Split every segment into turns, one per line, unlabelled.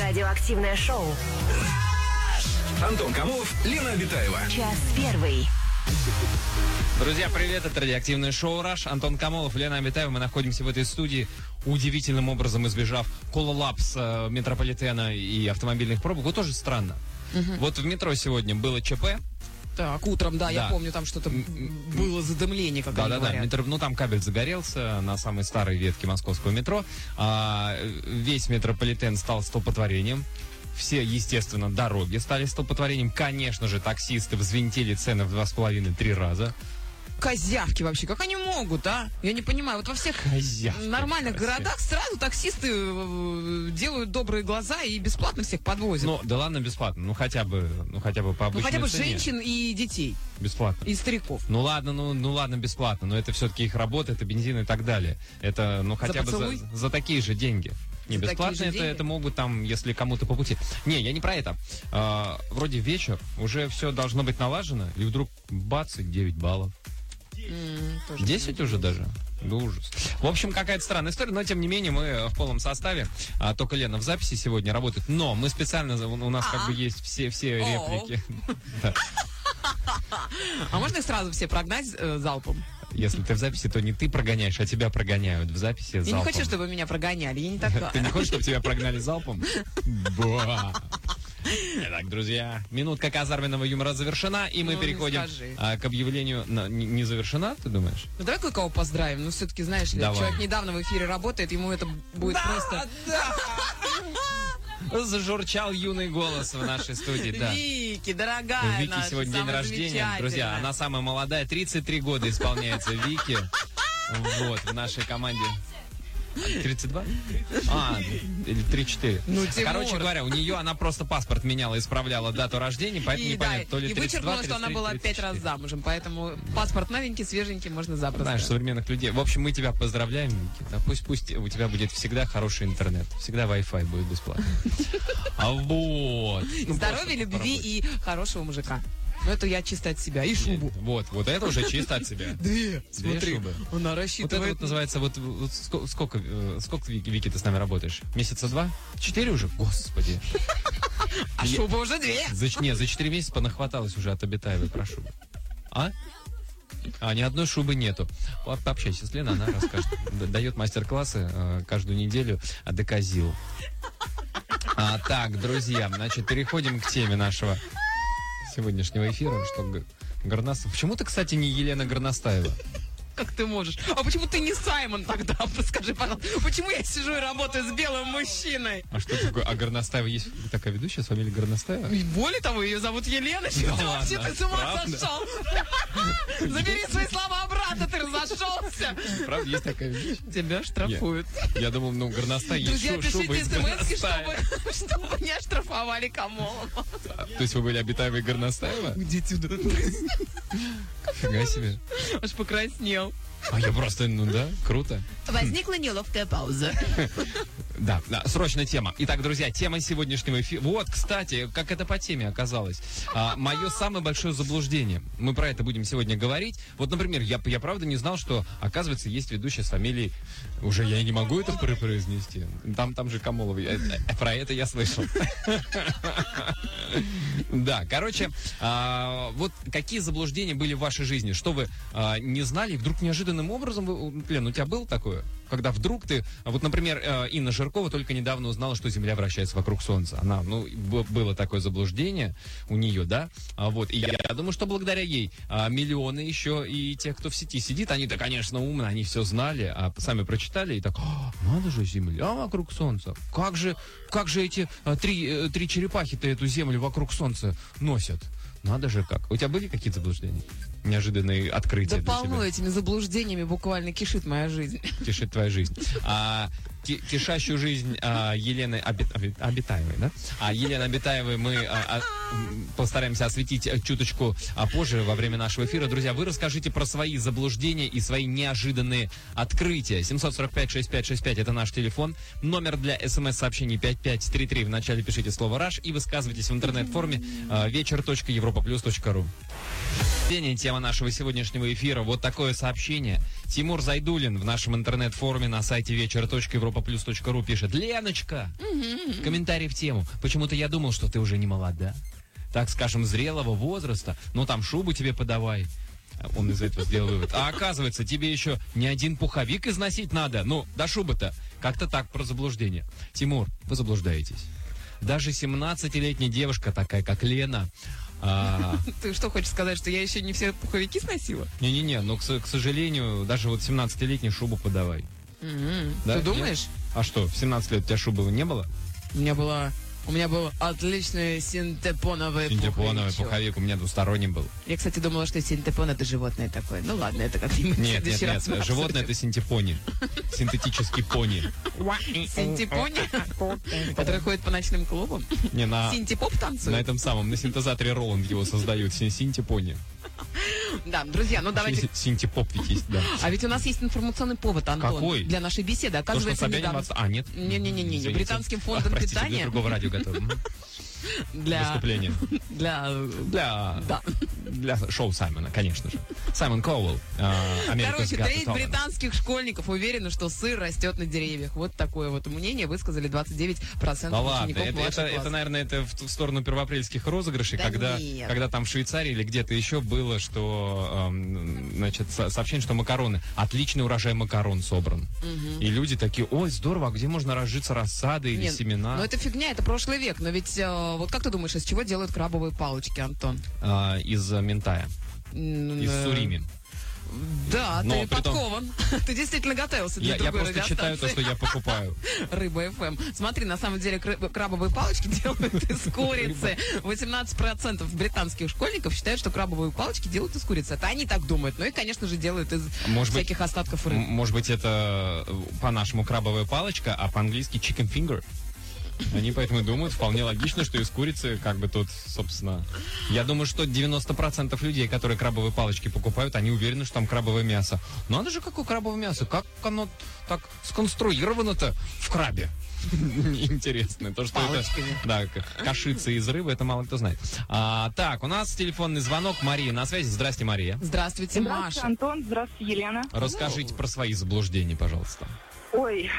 Радиоактивное шоу.
Антон Камолов, Лена Витаева.
Час первый.
Друзья, привет, это радиоактивное шоу «Раш». Антон Камолов, Лена Абитаева. Мы находимся в этой студии, удивительным образом избежав коллапс э, метрополитена и автомобильных пробок. Вот тоже странно. Вот в метро сегодня было ЧП.
Так, утром, да, я
Да.
помню, там что-то было задымление, как они
Да-да-да,
говорят.
метро- ну там кабель загорелся на самой старой ветке московского метро. А, э, весь метрополитен стал столпотворением. Все, естественно, дороги стали столпотворением. Конечно же, таксисты взвинтили цены в 2,5-3 раза.
Козявки вообще, как они могут, а? Я не понимаю, вот во всех
Козявки,
нормальных
вообще.
городах сразу таксисты э, делают добрые глаза и бесплатно всех подвозят.
Ну, да ладно, бесплатно. Ну, хотя бы, ну, хотя бы по
ну
обычной
хотя бы
цене.
женщин и детей,
Бесплатно.
и стариков.
Ну ладно, ну, ну ладно, бесплатно, но это все-таки их работа, это бензин и так далее. Это, ну, хотя бы за,
поцелуй?
за такие же деньги. Не,
За такие
бесплатно
же
это,
деньги?
это могут там, если кому-то по пути. Не, я не про это. А, вроде вечер, уже все должно быть налажено, и вдруг бац, и 9 баллов.
М, тоже.
10 уже даже? Да ужас. В общем, какая-то странная история, но тем не менее мы э, в полном составе. А, только Лена в записи сегодня работает. Но мы специально, за- у нас как бы есть все, все
А. О.
реплики. Да.
А можно их сразу все прогнать э, залпом?
Если ты в записи, то не ты прогоняешь, а тебя прогоняют в записи
Я не
залпом.
хочу, чтобы меня прогоняли, я не
Ты
такая.
не хочешь, чтобы тебя прогнали залпом? Ба. Итак, друзья, минутка казарменного юмора завершена, и мы
Ну, не
переходим
скажи.
а, к объявлению. на- не- Не завершена, ты думаешь?
Ну давай кое-кого поздравим, ну все-таки, знаешь ли,
Давай.
человек недавно в эфире работает, ему это будет просто...
Зажурчал юный голос в нашей студии, да.
Вики, дорогая
У Вики
наша,
сегодня день
самая
рождения, друзья.
замечательная.
Она самая молодая, 33 года исполняется Вики. Вот, в нашей команде. 32? А, или 34.
Ну, Тимур.
Короче говоря, у нее она просто паспорт меняла, исправляла дату рождения, поэтому
И, да,
непонятно, то ли
и
32,
вычеркнула, что она
33,
была пять
34.
раз замужем, поэтому паспорт новенький, свеженький, можно запросто.
Знаешь, современных людей. В общем, мы тебя поздравляем, Никита. Пусть, пусть у тебя будет всегда хороший интернет. Всегда Wi-Fi будет бесплатно. А вот. Ну, просто
Здоровья, любви
попробуй.
и хорошего мужика. Ну, это я чисто от себя. И шубу.
Вот, вот это уже чисто от себя.
Две,
смотри,
смотри. Она
Вот это
рассчитывает.
вот называется, вот, вот ско- сколько, э, сколько, Ви- Вики, ты с нами работаешь? Месяца два? Четыре уже? Господи.
А шуба уже две.
За, ч- не, за четыре месяца понахваталось уже от Обитаевой, прошу. А? А, ни одной шубы нету. По- Пообщайся с Леной, она расскажет. Д- Дает мастер-классы э, каждую неделю а, доказил. А, так, друзья, значит, переходим к теме нашего сегодняшнего эфира, что Г- Горнас- Почему ты, кстати, не Елена Горностаева?
Как ты можешь? А почему ты не Саймон тогда? Подскажи, пожалуйста. Почему я сижу и работаю с белым мужчиной?
А что такое? А Горностаева есть такая ведущая с фамилией Горностаева?
И более того, ее зовут Елена. Что ты
ладно,
вообще ты с ума
правда?
сошел? Забери свои слова обратно, ты разошелся.
Правда, есть такая ведущая?
Тебя штрафуют.
Я думал, ну, Горностаева есть
Друзья,
шу- шуба из
пишите смс,
Горностаева.
чтобы, чтобы не оштрафовали Камолова.
То есть вы были обитаемой Горностаева?
Уйдите туда.
Фига себе.
Аж покраснел.
А я просто, ну да, круто.
Возникла неловкая пауза.
Да, да, срочная тема. Итак, друзья, тема сегодняшнего эфира. Вот, кстати, как это по теме оказалось. А, мое самое большое заблуждение. Мы про это будем сегодня говорить. Вот, например, я, я правда не знал, что, оказывается, есть ведущая с фамилией... Уже я и не могу это пр- произнести. Там, там же Камолова. Я- э, Про это я слышал. Да, короче, а, вот какие заблуждения были в вашей жизни? Что вы а, не знали, и вдруг неожиданным образом... вы- Лен, у тебя было такое? Когда вдруг ты... а Вот, например, э, Инна Жиркова только недавно узнала, что Земля вращается вокруг Солнца. Она, ну, б- было такое заблуждение у нее, да? А вот, и я, я думаю, что благодаря ей а, миллионы еще и тех, кто в сети сидит, они-то, конечно, умные, они все знали, а сами прочитали и так, «А, надо же, Земля вокруг Солнца. Как же, как же эти а, три, э, три черепахи-то эту Землю вокруг Солнца носят? Надо же как. У тебя были какие-то заблуждения? Неожиданные
Да
открытия для тебя?
полно этими заблуждениями буквально кишит моя жизнь.
Тишит твоя жизнь. А, ти- кишащую жизнь а, Елены Обит- Обит- Обитаевой, да? А Елены Обитаевой мы а, а, м, постараемся осветить э, чуточку а, позже во время нашего эфира. Друзья, вы расскажите про свои заблуждения и свои неожиданные открытия. 745-6565 это наш телефон. Номер для смс-сообщений 5533. Вначале пишите слово «Раш» и высказывайтесь в интернет-форме а, вечер.европаплюс.ру. День, тема нашего сегодняшнего эфира. Вот такое сообщение. Тимур Зайдулин в нашем интернет-форуме на сайте вечер.европаплюс.ру пишет. Леночка, комментарий в тему. Почему-то я думал, что ты уже не молода. Так скажем, зрелого возраста. Ну там шубу тебе подавай. Он из этого сделал вывод. А оказывается, тебе еще не один пуховик износить надо. Ну, до шубы-то. Как-то так про заблуждение. Тимур, вы заблуждаетесь. Даже 17-летняя девушка, такая как Лена, а,
Ты что хочешь сказать, что я еще не все пуховики сносила?
не-не-не, но, к, с- к сожалению, даже вот 17-летний шубу подавай.
Мгм.
Да,
Ты
нет?
думаешь?
А что, в 17 лет у тебя шубы не было?
У меня была... У меня был отличный синтепоновый
Синтепоновый
пуховичок.
пуховик у меня двусторонний был.
Я, кстати, думала, что синтепон это животное такое. Ну ладно, это как-нибудь
Нет,
в
нет,
следующий раз мы
нет, животное это
обсудим.
синтепони. Синтетический пони.
Синтепони, который ходит по ночным клубам.
Не, на,
Синтепоп
на
танцует.
этом самом, на синтезаторе Роланд его создают. Син- Синтепони.
Да, друзья, ну давайте...
Син- Синтепоп ведь есть, да.
А ведь у нас есть информационный повод, Антон.
Какой?
Для нашей беседы.
То, что
Оказывается,
Собянин в
недавно
отца- А, нет.
Не-не-не-не, не.
Извините.
Британским фондом
А, простите,
питания.
для другого радио готовим.
для...
Выступление.
Для...
Для...
Да.
Для шоу Саймона, конечно же. Саймон Коуэлл. э, America's
Короче,
Got
треть
Talent.
британских школьников уверена, что сыр растет на деревьях. Вот такое вот мнение высказали 29%
Да ладно,
учеников
это,
младших
это, это,
классов.
наверное, это в, ту- в сторону первоапрельских розыгрышей,
Да
когда,
нет.
когда там в Швейцарии или где-то еще было, что эм, значит, со- сообщение, что макароны. Отличный урожай макарон собран. И люди такие, ой, здорово, а где можно разжиться рассады или
Нет,
семена?
Ну это фигня, это прошлый век. Но ведь э, вот как ты думаешь, из чего делают крабовые палочки, Антон?
А, из э, ментая,
М,
из
э,
сурими.
Да,
Но
ты
при том-
подкован. Ты действительно готовился для
Я, я
другой
просто читаю то,
радиостанции.
что я покупаю.
Рыба ФМ. Смотри, на самом деле кры- крабовые палочки делают из курицы. 18% британских школьников считают, что крабовые палочки делают из курицы. Это они так думают. Ну и, конечно же, делают из
Может быть,
всяких остатков
м-
рыб.
может быть, это э, по-нашему крабовая палочка, а по-английски chicken finger. Они поэтому и думают, вполне логично, что из курицы, как бы тут, собственно... Я думаю, что 90% людей, которые крабовые палочки покупают, они уверены, что там крабовое мясо. Надо же, какое крабовое мясо, как оно так сконструировано-то в крабе. Интересно, то, что это...
Палочками.
Да, к- кашица из рыбы, это мало кто знает. А, так, у нас телефонный звонок. Мария на связи. Здрасте, Мария.
Здравствуйте,
Здравствуйте,
Маша.
Антон. Здравствуйте, Елена.
Расскажите про свои заблуждения, пожалуйста.
Ой,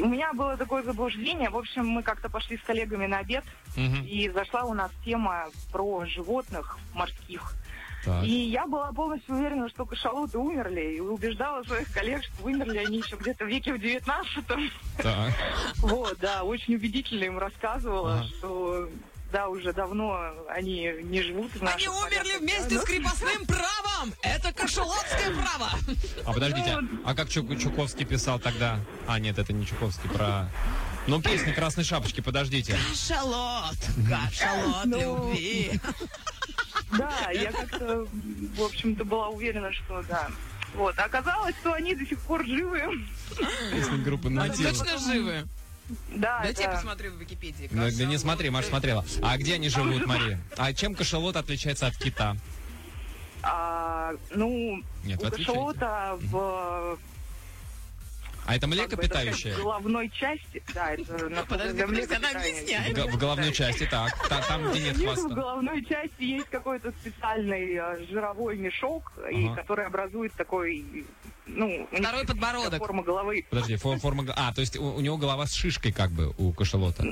у меня было такое заблуждение. В общем, мы как-то пошли с коллегами на обед,
Мгм.
и зашла у нас тема про животных морских.
Так.
И я была полностью уверена, что кашалоты умерли, и убеждала своих коллег, что умерли они еще где-то в веке в девятнадцатом.
Так.
Вот, да, очень убедительно им рассказывала,
Ага.
что да, уже давно они не живут
Они
в наших
умерли
морях.
вместе с крепостным правом! Это кашалотское право!
А подождите, а- а как Чук- Чуковский писал тогда? А, нет, это не Чуковский, про... Ну, песня «Красной шапочки», подождите.
Кашалот! Кашалот
Ну.
любви!
Да, я как-то, в общем-то, была уверена, что да. Вот, а оказалось, что они до сих пор живы.
Песня группы
Они
«Надежда».
точно живы?
Да,
Дайте я
да.
посмотрю в Википедии.
Да, да не смотри, Маш
Кашалоты.
смотрела. А где они живут, Мария? А чем кашалот отличается от кита?
А, ну,
Нет,
у
вы отвечаете.
кашалота в
А это
как бы,
млекопитающее?
это в головной части. Да, это
Подожди,
на- для
подожди, она
млекопитания.
В
объясняет.
го- в головной части, так. Та- Там, где
У
нет
них в
хвоста.
головной части есть какой-то специальный э, жировой мешок, и
Ага.
который образует такой, ну, у них
Второй подбородок.
форма головы.
Подожди, фо- форма... го- А, то есть у, у него голова с шишкой как бы у кашалота.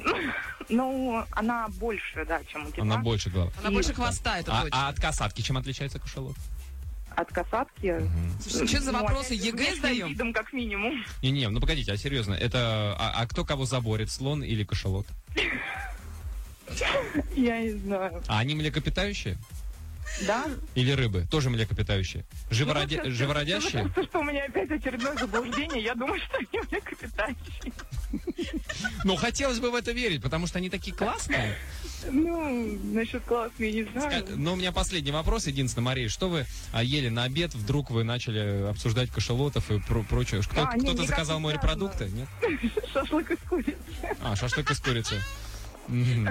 Ну, она больше, да, чем у тебя.
Она больше голова.
Она больше хвоста, это
А,
точно.
а от касатки чем отличается кашалот?
От касатки.
а.
Слушай, что за
Ну,
вопросы?
опять же,
ЕГЭ
внешним
сдаем?
видом, как минимум.
Не-не, ну погодите, а серьезно, это... А, а кто кого заборет, слон или кашалот?
Я не знаю.
А они млекопитающие?
Да?
Или рыбы? Тоже млекопитающие? Живороди-
Ну, вот сейчас
Живородящие?
Кажется, что у меня опять очередное заблуждение. Я думаю, что они млекопитающие.
Ну, хотелось бы в это верить, потому что они такие классные.
Ну, насчет классные, не
Ска-
знаю.
Но у меня последний вопрос, единственный, Мария. Что вы а, ели на обед? Вдруг вы начали обсуждать кашалотов и про- прочее? Кто-
А, не,
Кто-то
никак
заказал
не
морепродукты? Нет?
Шашлык из курицы.
А, шашлык из курицы. Мгм.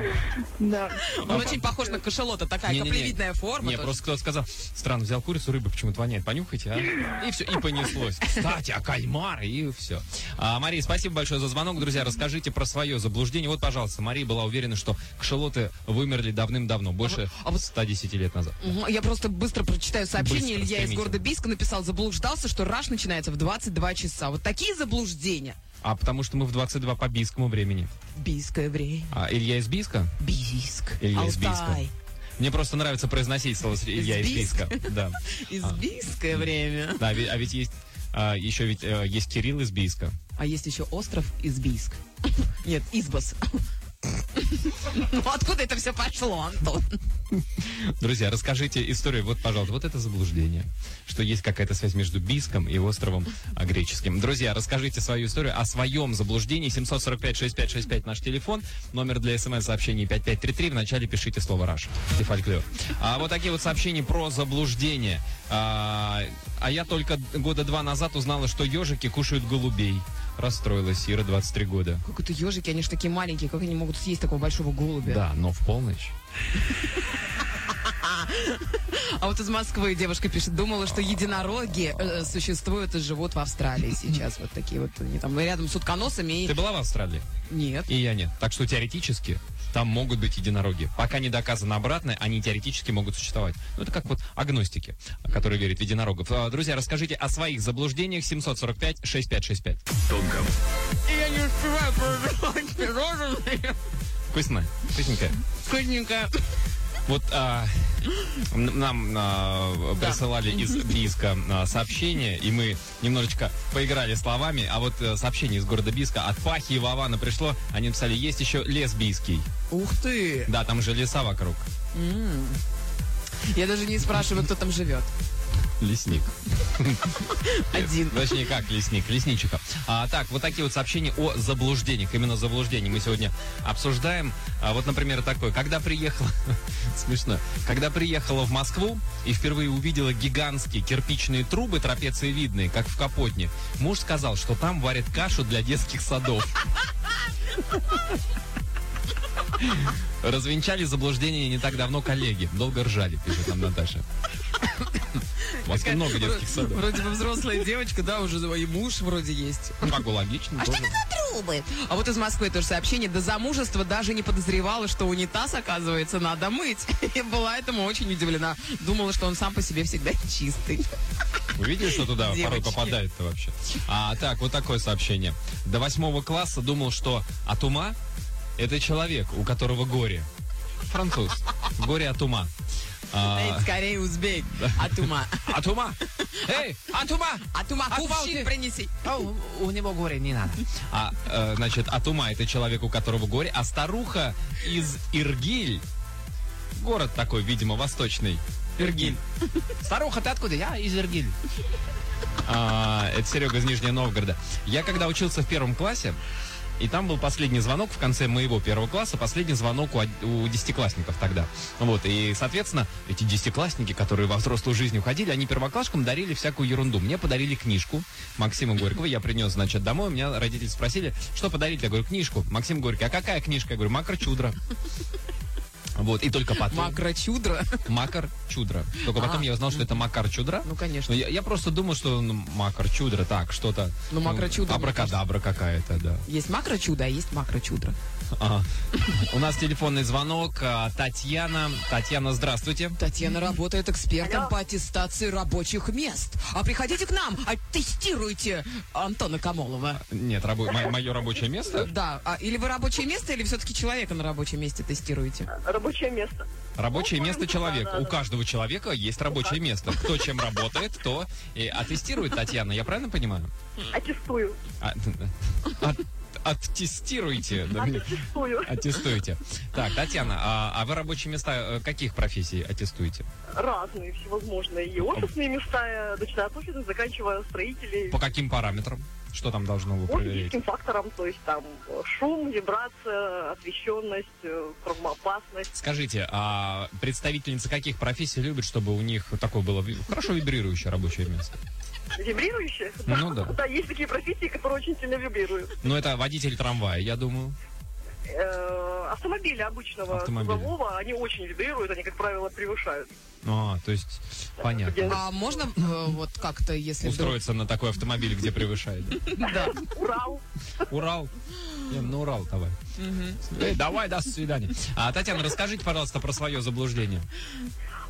Да.
Он очень похож на кашалота, такая
Не-не-не.
каплевидная форма.
Не,
тоже.
просто кто-то сказал, странно, взял курицу, рыбы почему-то воняет, понюхайте, а? И все, и понеслось. Кстати, а кальмар, и все. Мария, спасибо большое за звонок. Друзья, расскажите про свое заблуждение. Вот, пожалуйста, Мария была уверена, что кашелоты вымерли давным-давно, больше
а вот-
110 лет назад.
Мгм. Я просто быстро прочитаю сообщение.
Быстро,
Илья из
стремительно.
города Бийска написал, заблуждался, что раш начинается в 22 часа. Вот такие заблуждения.
А потому что мы в 22 по бийскому времени.
Бийское время.
А Илья из Бийска?
Бийск.
Илья из
Алтай.
Мне просто нравится произносить слово с- Илья из
Бийска?
Бийска. Да.
Из
А.
Бийское время.
Да, ви- а ведь есть а, еще ведь э, есть Кирилл из Бийска.
А есть еще остров Избийск. Нет, Избас. Ну откуда это все пошло, Антон?
Друзья, расскажите историю. Вот, пожалуйста, вот это заблуждение, что есть какая-то связь между Бийском и островом а, греческим. Друзья, расскажите свою историю о своем заблуждении. 745-6565 наш телефон, номер для смс-сообщений 5533. Вначале пишите слово «Раш» и фольклор. А вот такие вот сообщения про заблуждение. А, а я только года два назад узнала, что ежики кушают голубей. Расстроилась Ира, 23 года.
Как это ежики, они же такие маленькие, как они могут съесть такого большого голубя?
Да, но в полночь.
А вот из Москвы девушка пишет, думала, что единороги э, существуют и живут в Австралии сейчас. Вот такие вот они там рядом с утконосами
Ты
и...
была в Австралии?
Нет.
И я нет. Так что теоретически там могут быть единороги. Пока не доказано обратное, они теоретически могут существовать. Ну, это как вот агностики, которые верят в единорогов. А, Друзья, расскажите о своих заблуждениях 745-6565.
Я не успеваю проживать пирожные.
Вкусно? Вкусненько.
Вкусненько.
Вот а, н- нам а,
Да.
присылали из Бийска а, сообщение, и мы немножечко поиграли словами. А вот э, сообщение из города Бийска от Пахи и Вавана пришло. Они написали, есть еще лес бийский.
Ух ты.
Да, там же леса вокруг.
Я даже не спрашиваю, кто там живет.
Лесник.
Один.
Точнее, как лесник, лесничиха. А, так, вот такие вот сообщения о заблуждениях. Именно заблуждений мы сегодня обсуждаем. А, вот, например, такое. Когда приехала... Смешно. Когда приехала в Москву и впервые увидела гигантские кирпичные трубы, трапециевидные, как в Капотне, муж сказал, что там варят кашу для детских садов. Развенчали заблуждение не так давно коллеги. Долго ржали, пишет нам Наташа. В Москве много детских садов.
Вроде бы взрослая девочка, да, уже и муж вроде есть.
Как бы логично. тоже.
трубы? А вот из Москвы тоже сообщение. До замужества даже не подозревала, что унитаз, оказывается, надо мыть. Я была этому очень удивлена. Думала, что он сам по себе всегда чистый.
Вы видели, что туда порой
Девочки.
попадает-то вообще? А, так, вот такое сообщение. До восьмого класса думал, что от ума это человек, у которого горе. Француз. Горе от ума. А,
Эй, скорее узбек. От ума.
от ума! Эй, от ума!
От ума
От ума
кувшин
ты-
принеси.
А, у, у него горе не надо. А, э, значит, от ума это человек, у которого горе, а старуха из Иргиль. Город такой, видимо, восточный. Иргиль. Старуха, ты откуда? Я из Иргиль. А, это Серега из Нижнего Новгорода. Я когда учился в первом классе, и там был последний звонок в конце моего первого класса, последний звонок у, од- у десятиклассников тогда. Вот, и, соответственно, эти десятиклассники, которые во взрослую жизнь уходили, они первоклассникам дарили всякую ерунду. Мне подарили книжку Максима Горького, я принес, значит, домой, у меня родители спросили, что подарить? Я говорю, книжку. Максим Горький, а какая книжка? Я говорю, «Макар Чудра». Вот, и только потом...
Макрочудро.
Макар Чудра. Только потом
А.
я узнал, что это Макар Чудра.
Ну,
Ну,
конечно.
я, я просто думал, что ну, макар чудро, так, что-то.
Ну, макар чудро, мне
Абракадабра какая-то, да.
Есть макрочудо, а есть макрочудро.
Ага. У нас телефонный звонок. а, Татьяна. Татьяна, здравствуйте.
Татьяна работает экспертом
Алло.
по аттестации рабочих мест. А приходите к нам, аттестируйте Антона Камолова.
Нет, рабо- мо- мое рабочее место.
Да, а или вы рабочее место, или все-таки человека на рабочем месте тестируете?
Рабочее место.
Рабочее
Ну,
место
да,
человека.
да,
У
да.
каждого человека есть рабочее место. Кто чем работает, то и аттестирует Татьяна. Я правильно понимаю?
Аттестую.
А- от- Оттестируйте. Да, мне-
Аттестую.
Аттестуйте. Так, Татьяна, а, а вы рабочие места э, каких профессий аттестуете?
Разные всевозможные. И офисные места, э, начиная от офиса, заканчивая строителей.
По каким параметрам? Что там должно вы проверять?
Офисным фактором, то есть там э, шум, вибрация, освещенность, э, травмоопасность.
Скажите, а представительницы каких профессий любят, чтобы у них такое было ви- хорошо вибрирующее рабочее место?
Вибрирующие?
Ну да.
Да, есть такие профессии, которые очень сильно вибрируют.
Ну, это водитель трамвая, я думаю.
Э, автомобиля обычного
Автомобиля.
грузового, они очень вибрируют, они, как правило, превышают.
А, то есть, понятно.
А можно э, вот как-то, если вдруг...
Устроиться на такой автомобиль, где превышает.
Да.
Урал!
Урал. Не, на Урал давай.
Мгм.
Эй, давай, до свидания. А, Татьяна, расскажите, пожалуйста, про свое заблуждение.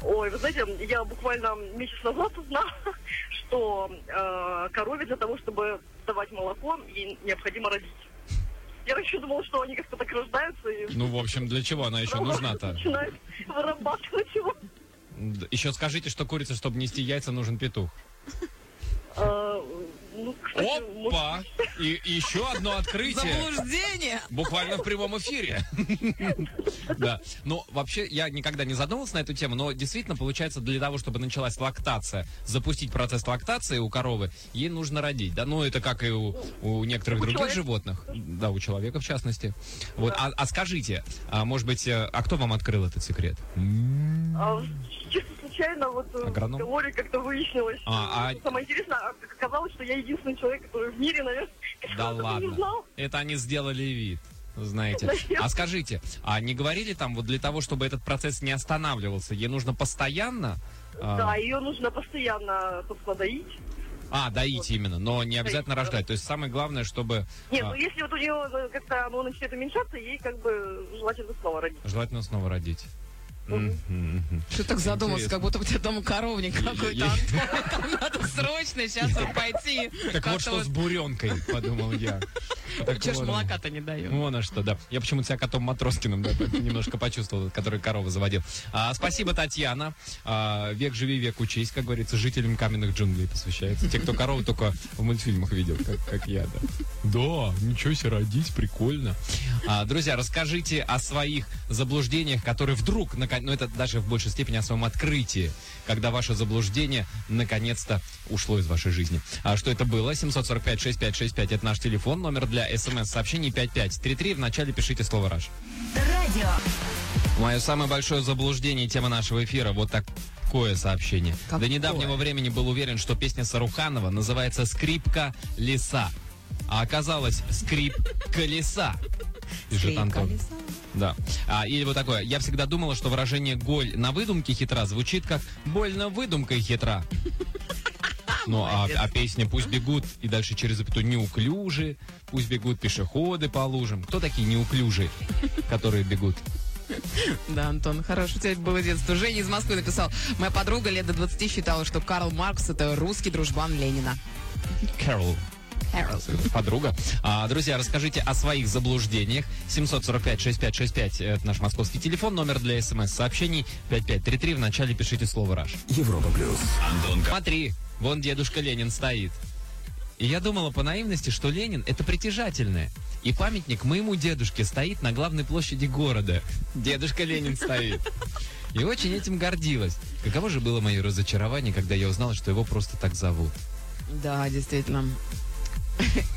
Ой, вы знаете, я буквально месяц назад узнала, что э, корове для того, чтобы давать молоко, ей необходимо родить. Я раньше думала, что они как-то так рождаются и
Ну, в общем, для чего она еще нужна-то?
начинают вырабатывать его.
Д- Еще скажите, что курица, чтобы нести яйца, нужен петух.
Э, ну, кстати, может,
Опа! И и еще одно открытие.
Заблуждение!
Буквально в прямом эфире. Да. Но вообще, я никогда не задумывался на эту тему, но действительно, получается, для того, чтобы началась лактация, запустить процесс лактации у коровы, ей нужно родить. Да, ну это как и у, у некоторых других
человека.
животных. Да, у человека в частности. Вот. А, а скажите, а, может быть, э, а кто вам открыл этот секрет?
а, чисто случайно вот э, в
Агроном?
разговоре как-то выяснилось.
А, а-
Что Самое интересное, оказалось, что я единственный человек, который в мире, наверное,
Да
этого не
ладно.
знал.
Это они сделали вид. Знаете.
Зачем?
А скажите, а не говорили там, вот для того, чтобы этот процесс не останавливался, ей нужно постоянно... а,
Да, ее нужно постоянно, собственно, доить.
А, доить именно, но не обязательно
да.
рождать. То есть самое главное, чтобы
Нет,
а,
ну если вот у нее как-то оно начнет уменьшаться, ей как бы желательно снова родить.
желательно снова родить. Мгм, мгм.
Ты так задумался,
Интересно.
как будто у тебя дома коровник
Я-
какой-то,
я-
Антон. Там надо срочно сейчас вот пойти.
Так
как-то
вот что с буренкой, подумал я. Так
Чё ж
вот оно.
молока-то не дает.
Вон оно что, да. Я почему-то себя котом Матроскиным да, так немножко почувствовал, который корову заводил. А, спасибо, Татьяна. А, век живи, век учись, как говорится, жителям каменных джунглей посвящается. Те, кто корову только в мультфильмах видел, как, как я, да. Да, ничего себе, родить, прикольно. А, друзья, расскажите о своих заблуждениях, которые вдруг, након- ну это даже в большей степени о своем открытии, когда ваше заблуждение наконец-то ушло из вашей жизни. А что это было? 745-6565, это наш телефон, номер для смс-сообщений 5533. Вначале пишите слово «Раш».
Радио.
Мое самое большое заблуждение, тема нашего эфира, вот такое сообщение.
Какое?
До недавнего времени был уверен, что песня Саруханова называется «Скрипка леса». А оказалось «Скрип колеса». Пишет Антон. Да. А, или вот такое. Я всегда думала, что выражение «голь на выдумке хитра» звучит как «больно выдумкой хитра». Ну, а, а песня «Пусть бегут» и дальше через запятую «неуклюжи», «Пусть бегут пешеходы по лужам». Кто такие неуклюжие, которые бегут?
Да, Антон, хорошо у тебя было детство. Женя из Москвы написал, моя подруга лет до 20 считала, что Карл Маркс это русский дружбан Ленина.
Кэрол. Подруга. А, друзья, расскажите о своих заблуждениях. 745-6565 это наш московский телефон, номер для смс-сообщений 5533. Вначале пишите слово «Раш».
Европа плюс. Антон Ка-
Смотри, вон дедушка Ленин стоит. И я думала по наивности, что Ленин это притяжательное. И памятник моему дедушке стоит на главной площади города. Дедушка Ленин стоит. И очень этим гордилась. Каково же было мое разочарование, когда я узнала, что его просто так зовут.
Да, действительно.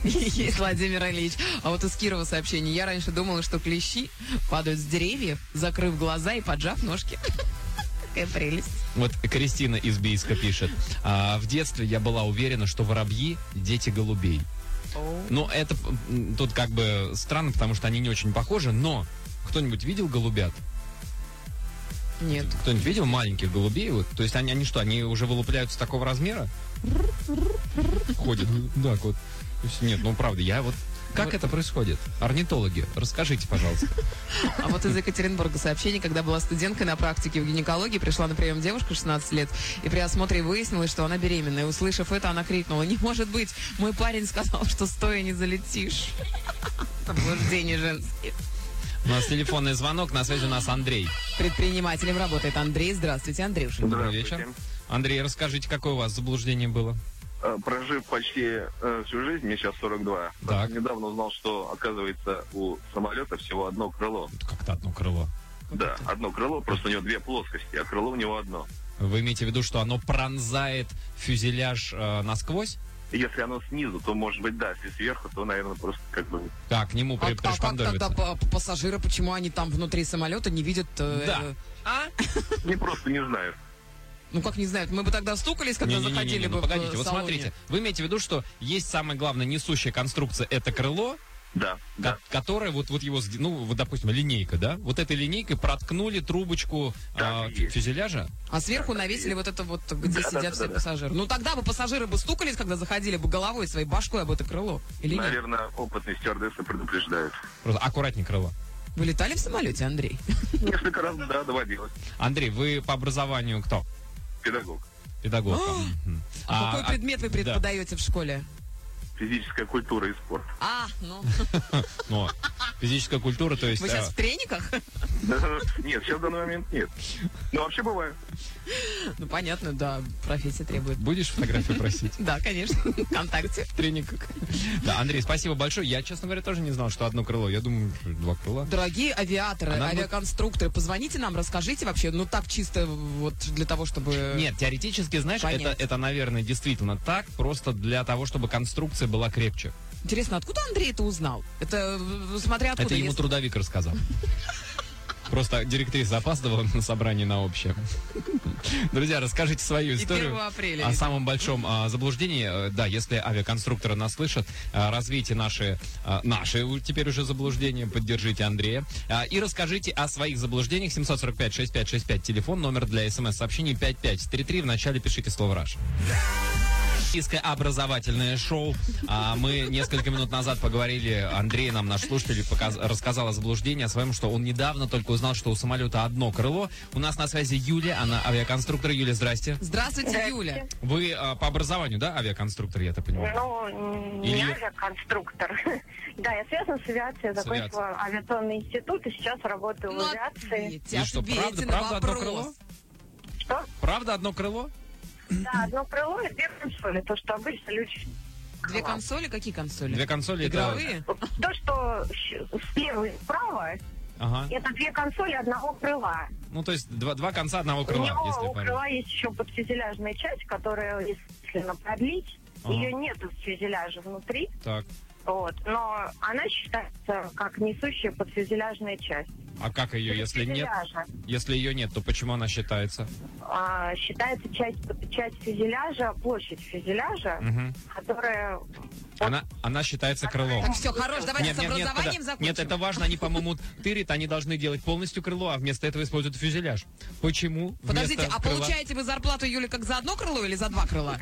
Есть Владимир Ильич. А вот из Кирова сообщение. Я раньше думала, что клещи падают с деревьев, закрыв глаза и поджав ножки. Какая прелесть.
Вот Кристина из Бийска пишет. «А, в детстве я была уверена, что воробьи – дети голубей. Но это м, тут как бы странно, потому что они не очень похожи, но кто-нибудь видел голубят?
Нет.
Кто-нибудь видел маленьких голубей? Вот, то есть они, они что, они уже вылупляются такого размера? Ходят. Да, вот. То есть Нет, ну правда, я вот... Как это происходит? Орнитологи, расскажите, пожалуйста.
А вот из Екатеринбурга сообщение, когда была студенткой на практике в гинекологии, пришла на прием девушка 16 лет, и при осмотре выяснилось, что она беременна. И услышав это, она крикнула, не может быть, мой парень сказал, что стоя не залетишь. Заблуждение женские.
У нас телефонный звонок, на связи у нас Андрей.
Предпринимателем работает Андрей. Здравствуйте, Андрюша.
Добрый вечер.
Здравствуйте.
Андрей, расскажите, какое у вас заблуждение было?
Э, Прожив почти э, всю жизнь, мне сейчас 42,
Так.
недавно узнал, что, оказывается, у самолета всего одно крыло.
Вот Как-то одно крыло.
Да, одно крыло, просто у него две плоскости, а крыло у него одно.
Вы имеете в виду, что оно пронзает фюзеляж э, насквозь?
И Если оно снизу, то, может быть, да, если сверху, то, наверное, просто как бы...
Да, к нему
А,
при,
а как
пришпандоривается.
тогда па- пассажиры, почему они там внутри самолета не видят... э,
Да.
э,
Не просто не знаю.
Ну, как не знают, мы бы тогда стукались, когда
Не-не-не-не-не,
заходили
ну
бы в,
погодите,
э,
вот
салоне.
смотрите, вы имеете в виду, что есть самая главная несущая конструкция это крыло,
Да, да.
ко- которая вот, вот его, сди- ну, вот, допустим, линейка, да? Вот этой линейкой проткнули трубочку
Так
а,
и
фю-
есть.
фюзеляжа.
А сверху навесили вот это вот, где
Да, да,
сидят
да,
все
да.
пассажиры. Ну тогда бы пассажиры бы стукались, когда заходили бы головой своей башкой об это крыло. Или нет?
Наверное, опытные стюардессы предупреждают.
Просто аккуратнее крыло.
Вы летали в самолете, Андрей?
Несколько раз, да, доводилось.
Андрей, вы по образованию кто?
Педагог.
Педагог. там. Мгм.
А, какой
а-
предмет вы
да.
преподаете в школе?
Физическая культура и спорт.
А, ну,
Но физическая культура, то есть...
вы сейчас
э,
в трениках?
Нет, сейчас в данный момент нет. Но вообще бывает.
Ну, понятно, да, профессия требует.
Будешь фотографию просить?
Да, конечно, ВКонтакте.
В трениках. Да, Андрей, спасибо большое. Я, честно говоря, тоже не знал, что одно крыло. Я думаю, что два крыла.
Дорогие авиаторы,
А нам бы-
авиаконструкторы, позвоните нам, расскажите вообще, ну так чисто вот для того, чтобы...
Нет, теоретически, знаешь, это,
Понять.
это, наверное, действительно так, просто для того, чтобы конструкция была крепче.
Интересно, откуда Андрей это узнал? Это э, смотря откуда.
это ему
если-
трудовик рассказал. Просто директриса опаздывала на собрание на общее. Друзья, расскажите свою
И
историю.
1 апреля.
О
ведь.
самом большом а, заблуждении, э, да, если авиаконструкторы нас слышат, а, развейте наши, а, наши у- теперь уже заблуждения, поддержите Андрея. а, и расскажите о своих заблуждениях. 745-6565, телефон, номер для смс-сообщений 5533. Вначале пишите слово «Раш». Российское образовательное шоу. А, мы несколько минут назад поговорили, Андрей нам, наш слушатель, показ- рассказал о заблуждении о своем, что он недавно только узнал, что у самолета одно крыло. У нас на связи Юля, она авиаконструктор. Юля, здрасте.
Здравствуйте, Юля.
Вы а, по образованию, да, авиаконструктор, я так понимаю?
Ну,
Или-
не авиаконструктор. Да, я связана с авиацией, я
С авиацией.
закончила авиационный институт и сейчас работаю в
Ну,
авиации.
ответьте,
И что, правда-
ответьте на
правда одно крыло?
вопрос.
Что?
Правда одно крыло?
Да, одно крыло и две консоли, то, что обычно люди...
Две консоли? Какие консоли?
Две консоли это...
Игровые?
То, что щ- слева и справа,
Ага.
это две консоли одного крыла.
Ну, то есть два, два конца одного
у
крыла,
него
если
у
по-
крыла есть еще подфюзеляжная часть, которая, если на- продлить,
Ага.
ее нет в фюзеляже внутри,
Так.
вот, но она считается как несущая подфюзеляжная часть.
А как ее, если нет?
Фюзеляжа.
Если ее нет, то почему она считается?
а, считается часть, часть фюзеляжа, площадь фюзеляжа,
Мгм.
которая...
Она, она считается крылом.
Так, все, хорош, давайте
Нет,
с
нет, нет,
образованием
подо-
закончим.
нет, это важно, они, по-моему, тырят, они должны делать полностью крыло, а вместо этого используют фюзеляж. Почему?
Подождите,
вместо
а
крыла-
получаете вы зарплату, Юля, как за одно крыло или за два крыла?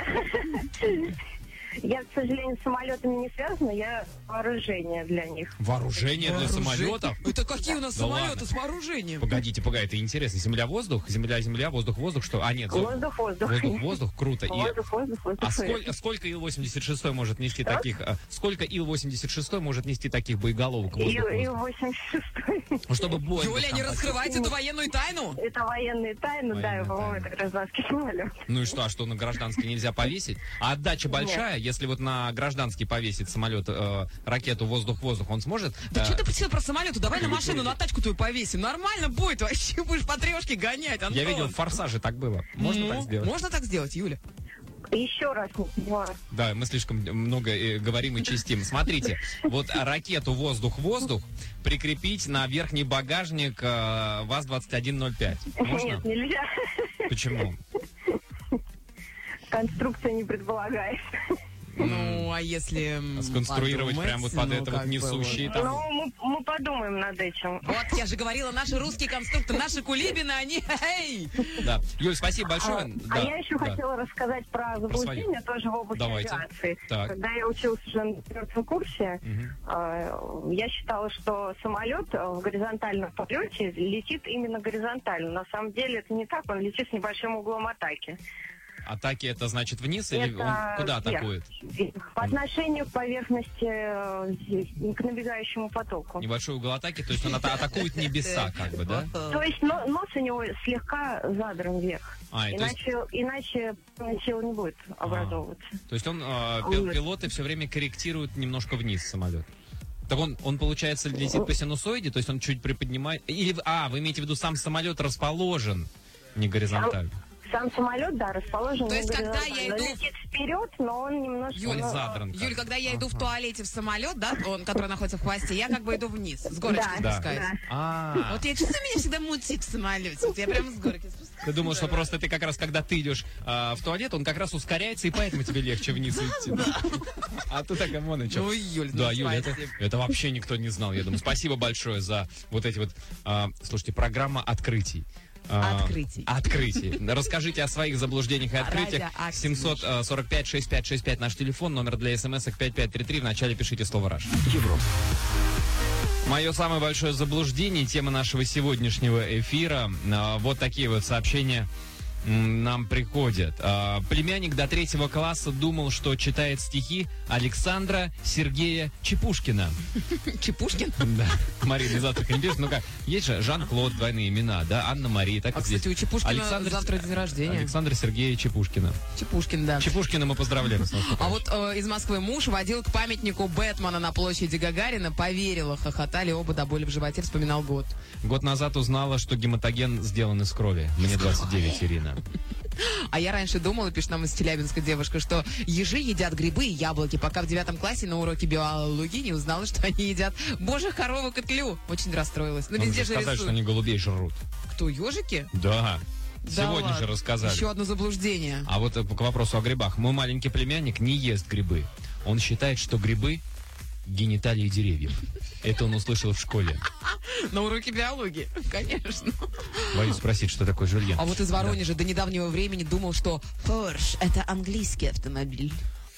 Я, к сожалению, с самолетами не связана, я вооружение для них.
Вооружение для самолетов?
Это какие у нас
Да ладно.
самолеты с вооружением?
Погодите, погоди, это интересно. Земля-воздух? Земля-земля, воздух-воздух, что? А, нет, зо-
Воздух, воздух.
воздух-воздух, круто. И
Воздух, воздух, воздух.
А сколь- сколько Ил-86 может нести
Что?
таких... а, Сколько Ил-86 может нести таких боеголовок?
И,
воздух,
и
воздух?
86
Ну, Чтобы Боинг
Юля,
там
не
под-
раскрывайте эту военную тайну.
Это военные тайны, да,
Военные
я, по-моему,
тайны.
это гражданский самолет.
Ну и что, а что на гражданский нельзя повесить? А отдача большая, если вот на гражданский повесить самолет, э, ракету воздух-воздух, он сможет?
Да
э,
что ты посел про самолету? Давай на машину, на тачку твою повесим. Нормально будет, вообще будешь по трешке гонять, Антон.
Я видел, в «Форсаже» так было. Можно
Ну,
так сделать?
Можно так сделать, Юля?
Еще раз не понимаю.
Да, мы слишком много э, говорим и чистим. Смотрите, вот ракету воздух-воздух прикрепить на верхний багажник э, ВАЗ-2105. Можно?
Нет, нельзя.
Почему?
Конструкция не предполагает.
Ну, а если... м,
Сконструировать
подумать,
прям вот под
ну,
это вот
как бы
несущие
вот.
там.
Но Ну, мы, мы подумаем над этим.
Вот, я же говорила, наши русские конструкторы, наши кулибины, они... Эй!
Да. Юль, спасибо
А,
большое.
а
Да,
я еще
да.
хотела рассказать про заблуждение тоже в области
Давайте. А.
авиации.
Так.
Когда я училась уже на четвертом курсе,
Мгм.
э, я считала, что самолет э, в горизонтальном полете летит именно горизонтально. На самом деле это не так, он летит с небольшим углом атаки.
Атаки это значит вниз или
Это
он куда
вверх.
атакует?
По отношению к поверхности, э, здесь, к навигающему потоку.
Небольшой угол атаки, то есть он ата- атакует
Э,
небеса, как бы, да?
э,
То есть но- нос у него слегка задран вверх.
А, и то есть, А,
Иначе, иначе сила не будет образовываться.
то есть он, э, пил- пилоты все время корректируют немножко вниз самолет. Так он, он, получается, летит по синусоиде, то есть он чуть приподнимает... Или, в- а, вы имеете в виду, сам самолет расположен не горизонтально.
Сам самолет, да, расположен.
То есть,
на
когда
горизонтали.
я иду-
Он летит вперед, но он немножко...
Он
ну,
задран. как.
Юль, когда я иду в
Ага.
туалете в самолет, да, он, который находится в хвосте, я как бы иду вниз, с горочки
Да,
спускаюсь.
да.
А,
Вот я чувствую, меня всегда мутит в самолете. Вот я прям с горки спускаюсь.
Ты думал, что просто ты как раз, когда ты идешь а, в туалет, он как раз ускоряется, и поэтому тебе легче вниз идти. А ты так, вон и чё.
Ну, Юль, ну,
Да, Юля, это,
спасибо.
это вообще никто не знал, я думаю. Спасибо большое за вот эти вот... а, слушайте, программа открытий. А,
Открытий.
Открытий. Расскажите о своих заблуждениях и открытиях.
Радиоактивный.
э, 745-6565 наш телефон, номер для смс 5533. Вначале пишите слово «Раш».
Европа.
Мое самое большое заблуждение, тема нашего сегодняшнего эфира. А, Вот такие вот сообщения м, нам приходят. А, Племянник до третьего класса думал, что читает стихи Александра Сергея Чепушкина.
Чепушкин.
Да, Мария, не завтра не пишет. Ну как, есть же Жан-Клод, двойные имена, да, Анна-Мария, так
А,
и здесь.
кстати, у Чепушкина
Александр-
завтра день рождения.
Александра Сергея Чепушкина.
Чепушкин, да.
Чепушкина мы поздравляем с наступающим.
А вот э, из Москвы муж водил к памятнику Бэтмена на площади Гагарина. Поверила, хохотали оба до боли в животе, вспоминал год.
Год назад узнала, что гематоген сделан из крови. Мне 29, Ирина.
А я раньше думала, пишет нам из Челябинска девушка, что ежи едят грибы и яблоки, пока в девятом классе на уроке биологии не узнала, что они едят божьих коровок и тлю. Очень расстроилась. Но
Ну,
везде
же
же
сказали,
рисуют.
что они голубей жрут.
Кто, ежики?
Да. Сегодня
ладно.
же рассказали.
Еще одно заблуждение.
А вот э, к вопросу о грибах. Мой маленький племянник не ест грибы. Он считает, что грибы гениталии деревьев. Это он услышал в школе.
На уроке биологии, конечно.
Боюсь спросить, что такое жульен.
А вот из Воронежа до недавнего времени думал, что Porsche – это английский автомобиль.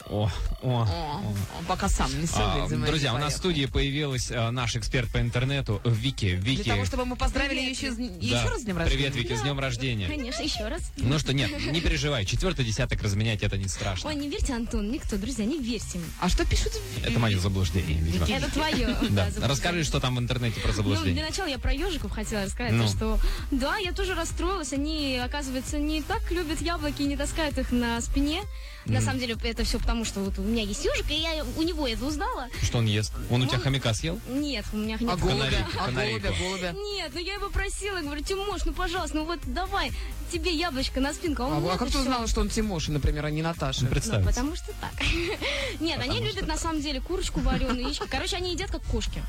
О, о,
О, он пока сам не сел,
А,
видимо,
друзья,
не
у нас в
поехал.
студии появилась э, наш эксперт по интернету э, Вики. Вики.
Для того, чтобы мы поздравили
Привет,
еще, с-
Вик.
еще
Да.
раз с днем рождения.
Привет, Вики, с днем рождения.
Конечно, еще раз.
Ну что, нет, не переживай, четвертый десяток разменять это не страшно.
Ой, не верьте, Антон, никто, друзья, не верьте. им.
А что пишут?
Это мое заблуждение, видимо.
Это твое.
Да. Расскажи, что там в интернете про
Ну, для
заблуждение.
начала я про ежиков хотела рассказать,
Ну.
то, что да, я тоже расстроилась. Они, оказывается, не так любят яблоки и не таскают их на спине. На самом деле, это все потому, что вот у меня есть ежик, и я у него это узнала.
Что он ест? Он у тебя
Он-
хомяка съел?
Нет, у меня
А
нет.
голубя,
Канарейку,
а
канарейку.
голубя, голубя.
Нет, ну я его просила, говорю, Тимош, ну пожалуйста, ну вот давай, тебе яблочко на спинку. А, он
А,
нет,
а как
и
ты
всё.
узнала, что он Тимоша, например, а не Наташа?
Ну,
Ну,
Представь.
потому что так. Нет, они любят на самом деле курочку вареную, яичко. Короче, они едят как кошки.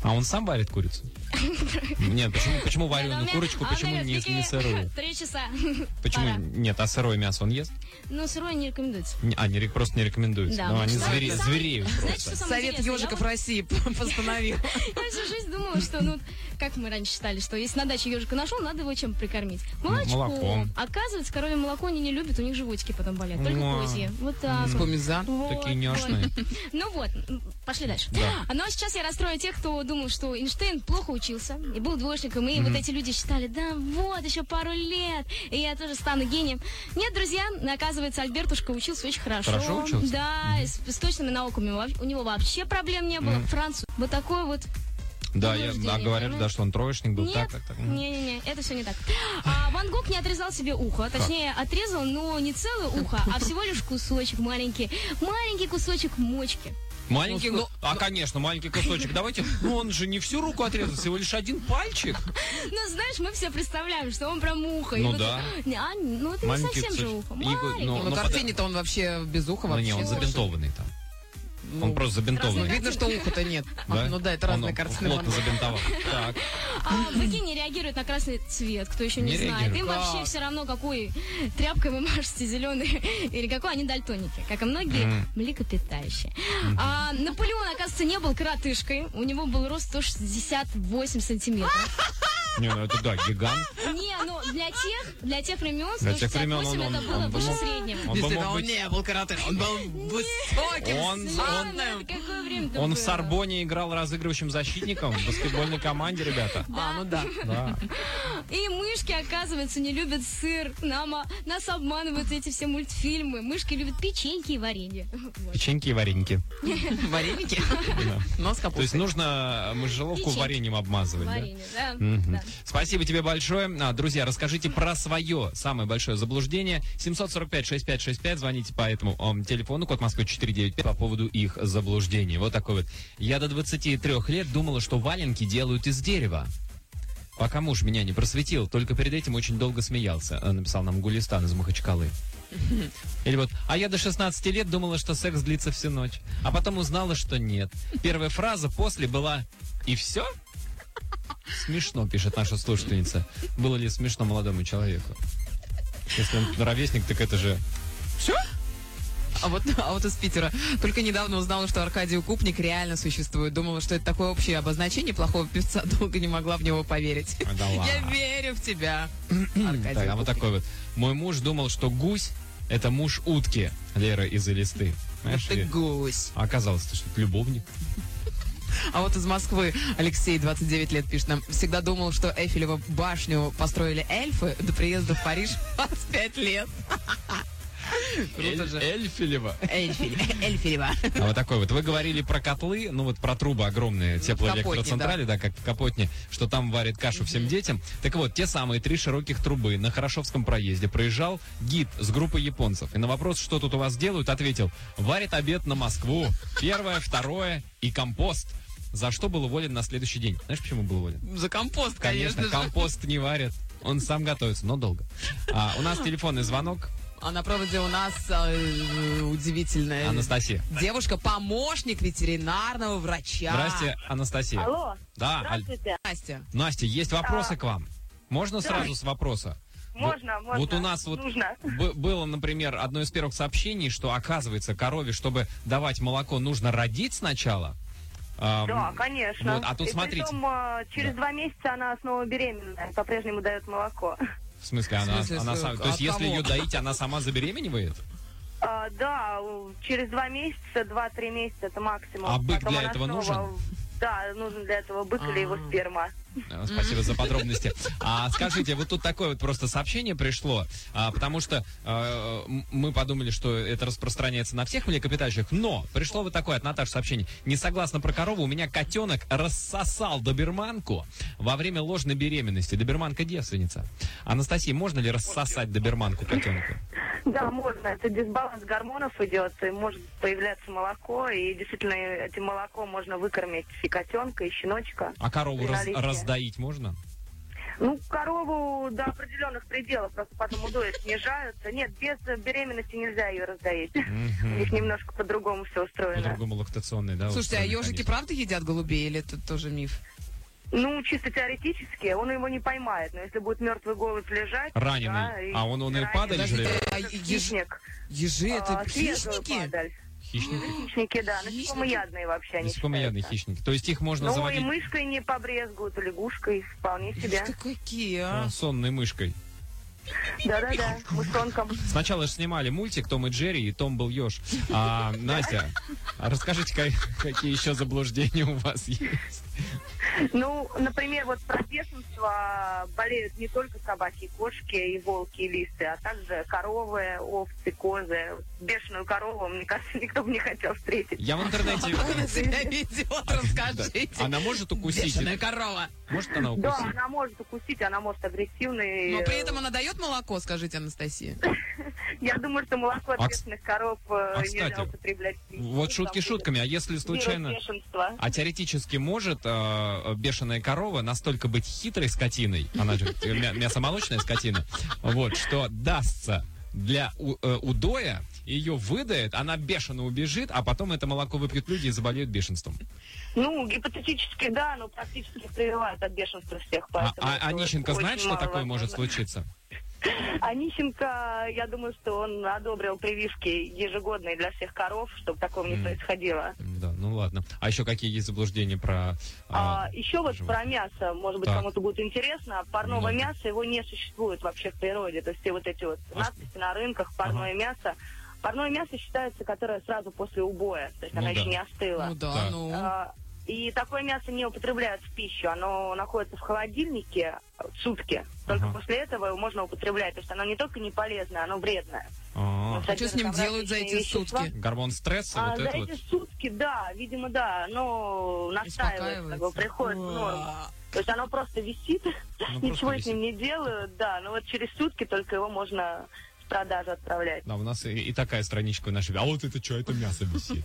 А он сам варит курицу? Нет, почему, почему вареную ну,
а
курочку, почему не, не сырую?
Три часа.
Почему
Пора.
нет, а сырое мясо он ест?
Ну, сырое не рекомендуется.
Не- А, не, рек- просто не рекомендуется.
Да,
ну,
ну
они
что
звери,
это?
звереют
Знаете, что
просто.
самое
Совет
интересное?
ежиков
я,
России п- постановил.
вот- я всю жизнь думала, что, ну, как мы раньше считали, что если на даче ежика нашел, надо его чем прикормить. Молочком.
молоком.
Оказывается, коровье молоко они не любят, у них животики потом болят. Только
Ма.
козьи. Вот так.
Бумиза.
Вот,
Такие
вот.
няшные.
Ну вот, м, пошли дальше.
Да.
А, Ну а сейчас я расстрою тех, кто думал, что Эйнштейн плохо учился и был двоечником, и вот эти люди считали, да вот, еще пару лет, и я тоже стану гением. Нет, друзья, оказывается, Альбертушка учился очень хорошо.
Хорошо учился?
Да, с, с точными науками. Во- У него вообще проблем не было. Француз. Вот такой вот.
Да, я,
Заблуждение,
а говорят, да,
понимаешь?
что он троечник был.
Нет,
Так, так, так. Мгм.
не-не-не, это все не так. А, Ван Гог не отрезал себе ухо, точнее, отрезал, но не целое ухо, а всего лишь кусочек маленький. Маленький кусочек мочки.
Маленький,
Ну,
ну, а, конечно, маленький кусочек. Давайте, ну он же не всю руку отрезал, всего лишь один пальчик.
Ну, знаешь, мы все представляем, что он прям ухо. и
Ну
вот-
да.
Не, А, ну это не
Маленький
совсем же
кусочек.
ухо.
И го-
Маленький.
ну,
Ну, на
пода-
картине-то он вообще без уха
Ну
вообще.
не, он забинтованный там.
Ну,
Он просто
ну,
забинтованный.
видно, что ухо-то нет. А,
Да?
Ну да, это
Он
разная картина.
Плотно забинтовал. Так.
А быки не реагируют на красный цвет, кто еще не,
Не
знает. Им
реагируют.
вообще
Как?
все равно, какой тряпкой вы машете, зеленый или какой, они дальтоники, как и многие млекопитающие. А, Наполеон, оказывается, не был коротышкой. У него был рост 168 сантиметров.
Не, ну это да, гигант.
Не, ну для тех, для тех времен
Для тех времен он-
168 это
он-
было
он
выше
был-
среднего.
Он бы
Действительно,
мог
он
быть...
не был каратым, он был высоким,
Он-
сильным.
Ладно, какое время
Он в Сорбоне играл разыгрывающим защитником в баскетбольной команде, ребята.
А, ну да.
Да.
И мышки, оказывается, не любят сыр. Нам, а, нас обманывают эти все мультфильмы. Мышки любят печеньки и варенье. Вот.
Печеньки и вареники.
Вареники.
Да.
Но с
То есть ну,
капустой.
нужно э, мышеловку
Печеньки.
вареньем обмазывать, да?
Варенье, да.
Мгм.
да.
Спасибо тебе большое. А, друзья, расскажите про свое самое большое заблуждение. 745-6565, звоните по этому ам, телефону, код Москвы 495, по поводу их заблуждений. Вот такой вот. Я до 23 лет думала, что валенки делают из дерева. Пока муж меня не просветил, только перед этим очень долго смеялся, э, написал нам Гулистан из Махачкалы. Или вот, а я до 16 лет думала, что секс длится всю ночь, а потом узнала, что нет. Первая фраза после была «И все?» Смешно, пишет наша слушательница. Было ли смешно молодому человеку? Если он ровесник, так это же...
Все? А вот, а вот из Питера. Только недавно узнала, что Аркадий Укупник реально существует. Думала, что это такое общее обозначение плохого певца. Долго не могла в него поверить.
А, да ладно.
Я верю в тебя, Аркадий
Так, а вот
Укупник.
такой вот. Мой муж думал, что гусь — это муж утки Лера из Элисты. Знаешь,
Ты
и-
гусь.
а оказалось, что это любовник.
А вот из Москвы Алексей, 29 лет, пишет нам. Всегда думал, что Эйфелеву башню построили эльфы до приезда в Париж 25 лет. Круто
Эль-
же.
Эльфилева.
Эльфель- Эльфелева.
А вот такой вот. Вы говорили про котлы, ну вот про трубы огромные теплоэлектроцентрали, да. как в Капотне, что там варят кашу всем детям. Так вот, те самые три широких трубы на Хорошевском проезде проезжал гид с группой японцев. И на вопрос, что тут у вас делают, ответил, варит обед на Москву. Первое, второе и компост. За что был уволен на следующий день? Знаешь, почему был уволен?
За компост,
Конечно,
конечно же.
компост не варят. Он сам готовится, но долго. А, у нас телефонный звонок.
А на проводе у нас э, удивительная
Анастасия.
девушка, помощник ветеринарного врача.
Здрасте, Анастасия.
Алло,
Да, А, Аль-
здравствуйте.
Настя.
Настя, есть вопросы
А.
к вам? Можно сразу с вопроса?
Можно,
вот,
можно.
Вот у нас вот
Нужно.
б- было, например, одно из первых сообщений, что оказывается корове, чтобы давать молоко, нужно родить сначала. Ам,
Да, конечно.
вот, а тут
И
смотрите.
притом, э, через
Да.
два месяца она снова беременная, по-прежнему дает молоко.
В смысле, она,
В смысле,
она
с-
сама- То
от
есть, если
кого?
ее доить, она сама забеременевает?
А, да, у- через два месяца, два-три месяца это максимум.
А бык
Потом
для
она
этого
снова-
нужен?
Да, нужен для этого бык или его
А.
сперма.
Э, Спасибо за подробности. А скажите, вот тут такое вот просто сообщение пришло, а, потому что э, м- мы подумали, что это распространяется на всех млекопитающих, но пришло вот такое от Наташи сообщение. Не согласна про корову, у меня котенок рассосал доберманку во время ложной беременности. Доберманка девственница. Анастасия, можно ли рассосать доберманку котенку?
Да, можно. Это дисбаланс гормонов идет, и может появляться молоко, и действительно этим молоком можно выкормить и котенка, и щеночка.
А корову раз-
Наличие.
раздоить можно?
Ну, корову до определенных пределов, просто потом удои снижаются. Нет, без беременности нельзя ее раздоить. У них
Мгм.
немножко по-другому все устроено.
По-другому лактационный, да?
Слушайте, а
устроен
ежики
механизм.
правда едят голубей или это тоже миф?
Ну, чисто теоретически, он его не поймает, но если будет мертвый голубь лежать... да,
Раненый.
и-
А он, он и
раненый.
падает
Подождите,
жрёт?
а еж-
Хищник.
ежи это
а, свежую
хищники?
падаль.
Хищник?
Хищники, да,
Хищники?
насекомоядные вообще они
Насекомоядные
считаются.
хищники. То есть их можно
Ну, и
заводить
мышкой не побрезгуют, и лягушкой вполне себе.
Ты какие,
а,
а?
сонной мышкой.
Да-да-да, мышонком.
Сначала же снимали мультик Том и Джерри, и Том был еж. А, Настя, а расскажите, ка- какие еще заблуждения у вас есть?
Ну, например, вот про бешенство болеют не только собаки, и кошки и волки, и лисы, а также коровы, овцы, козы. Бешеную корову, мне кажется, никто бы не хотел встретить.
Я в интернете...
Она себя ведет, расскажите.
Да. Она может укусить?
Бешеная корова.
Может она
Да,
укусить?
она может укусить, она может агрессивно. и,
Но при этом она дает молоко, скажите, Анастасия.
Я думаю, что молоко от
А,
бешеных коров э,
кстати,
нельзя употреблять.
Вот шутки шутками, а если случайно...
Бешенство.
А теоретически может э, бешеная корова настолько быть хитрой скотиной, она же э, мя- мясомолочная скотина, вот, что дастся для у- э, удоя, ее выдает, она бешено убежит, а потом это молоко выпьют люди и заболеют бешенством.
Ну, гипотетически, да, но практически прививают от бешенства всех.
А,
поэтому
а-
это
Онищенко
очень
знает, что
мало
такое может
возможно.
случиться?
Онищенко, я думаю, что он одобрил прививки ежегодные для всех коров, чтобы такого не
Мгм.
происходило.
Да, ну ладно. А еще какие есть заблуждения про... а,
А, еще вот
животных?
про мясо, может быть,
Так. Ну,
кому-то будет интересно. Парного
Много.
мяса его не существует вообще в природе. То есть все вот эти вот
А
надписи на рынках, парное мясо. Парное мясо считается, которое сразу после убоя, то есть
Ну
оно
да.
еще не остыло.
Ну да,
Да.
ну.
А, И такое мясо не употребляют в пищу, оно находится в холодильнике сутки. Только
Ага.
после этого его можно употреблять. То есть оно не только не полезное, оно вредное.
А,
А что с ним
Содержит
делают за эти
различные вещества.
сутки?
Гормон стресса,
А
вот
за
это
эти
вот.
сутки, да, видимо, да, оно настаивает, как бы,
Успокаивается.
приходит в норму.
Уа.
То есть оно просто висит,
Ну,
ничего
просто
с ним не делают, да, но вот через сутки только его можно в продажу отправлять.
Да, у нас и, и такая страничка в нашей. А вот это что, это мясо висит.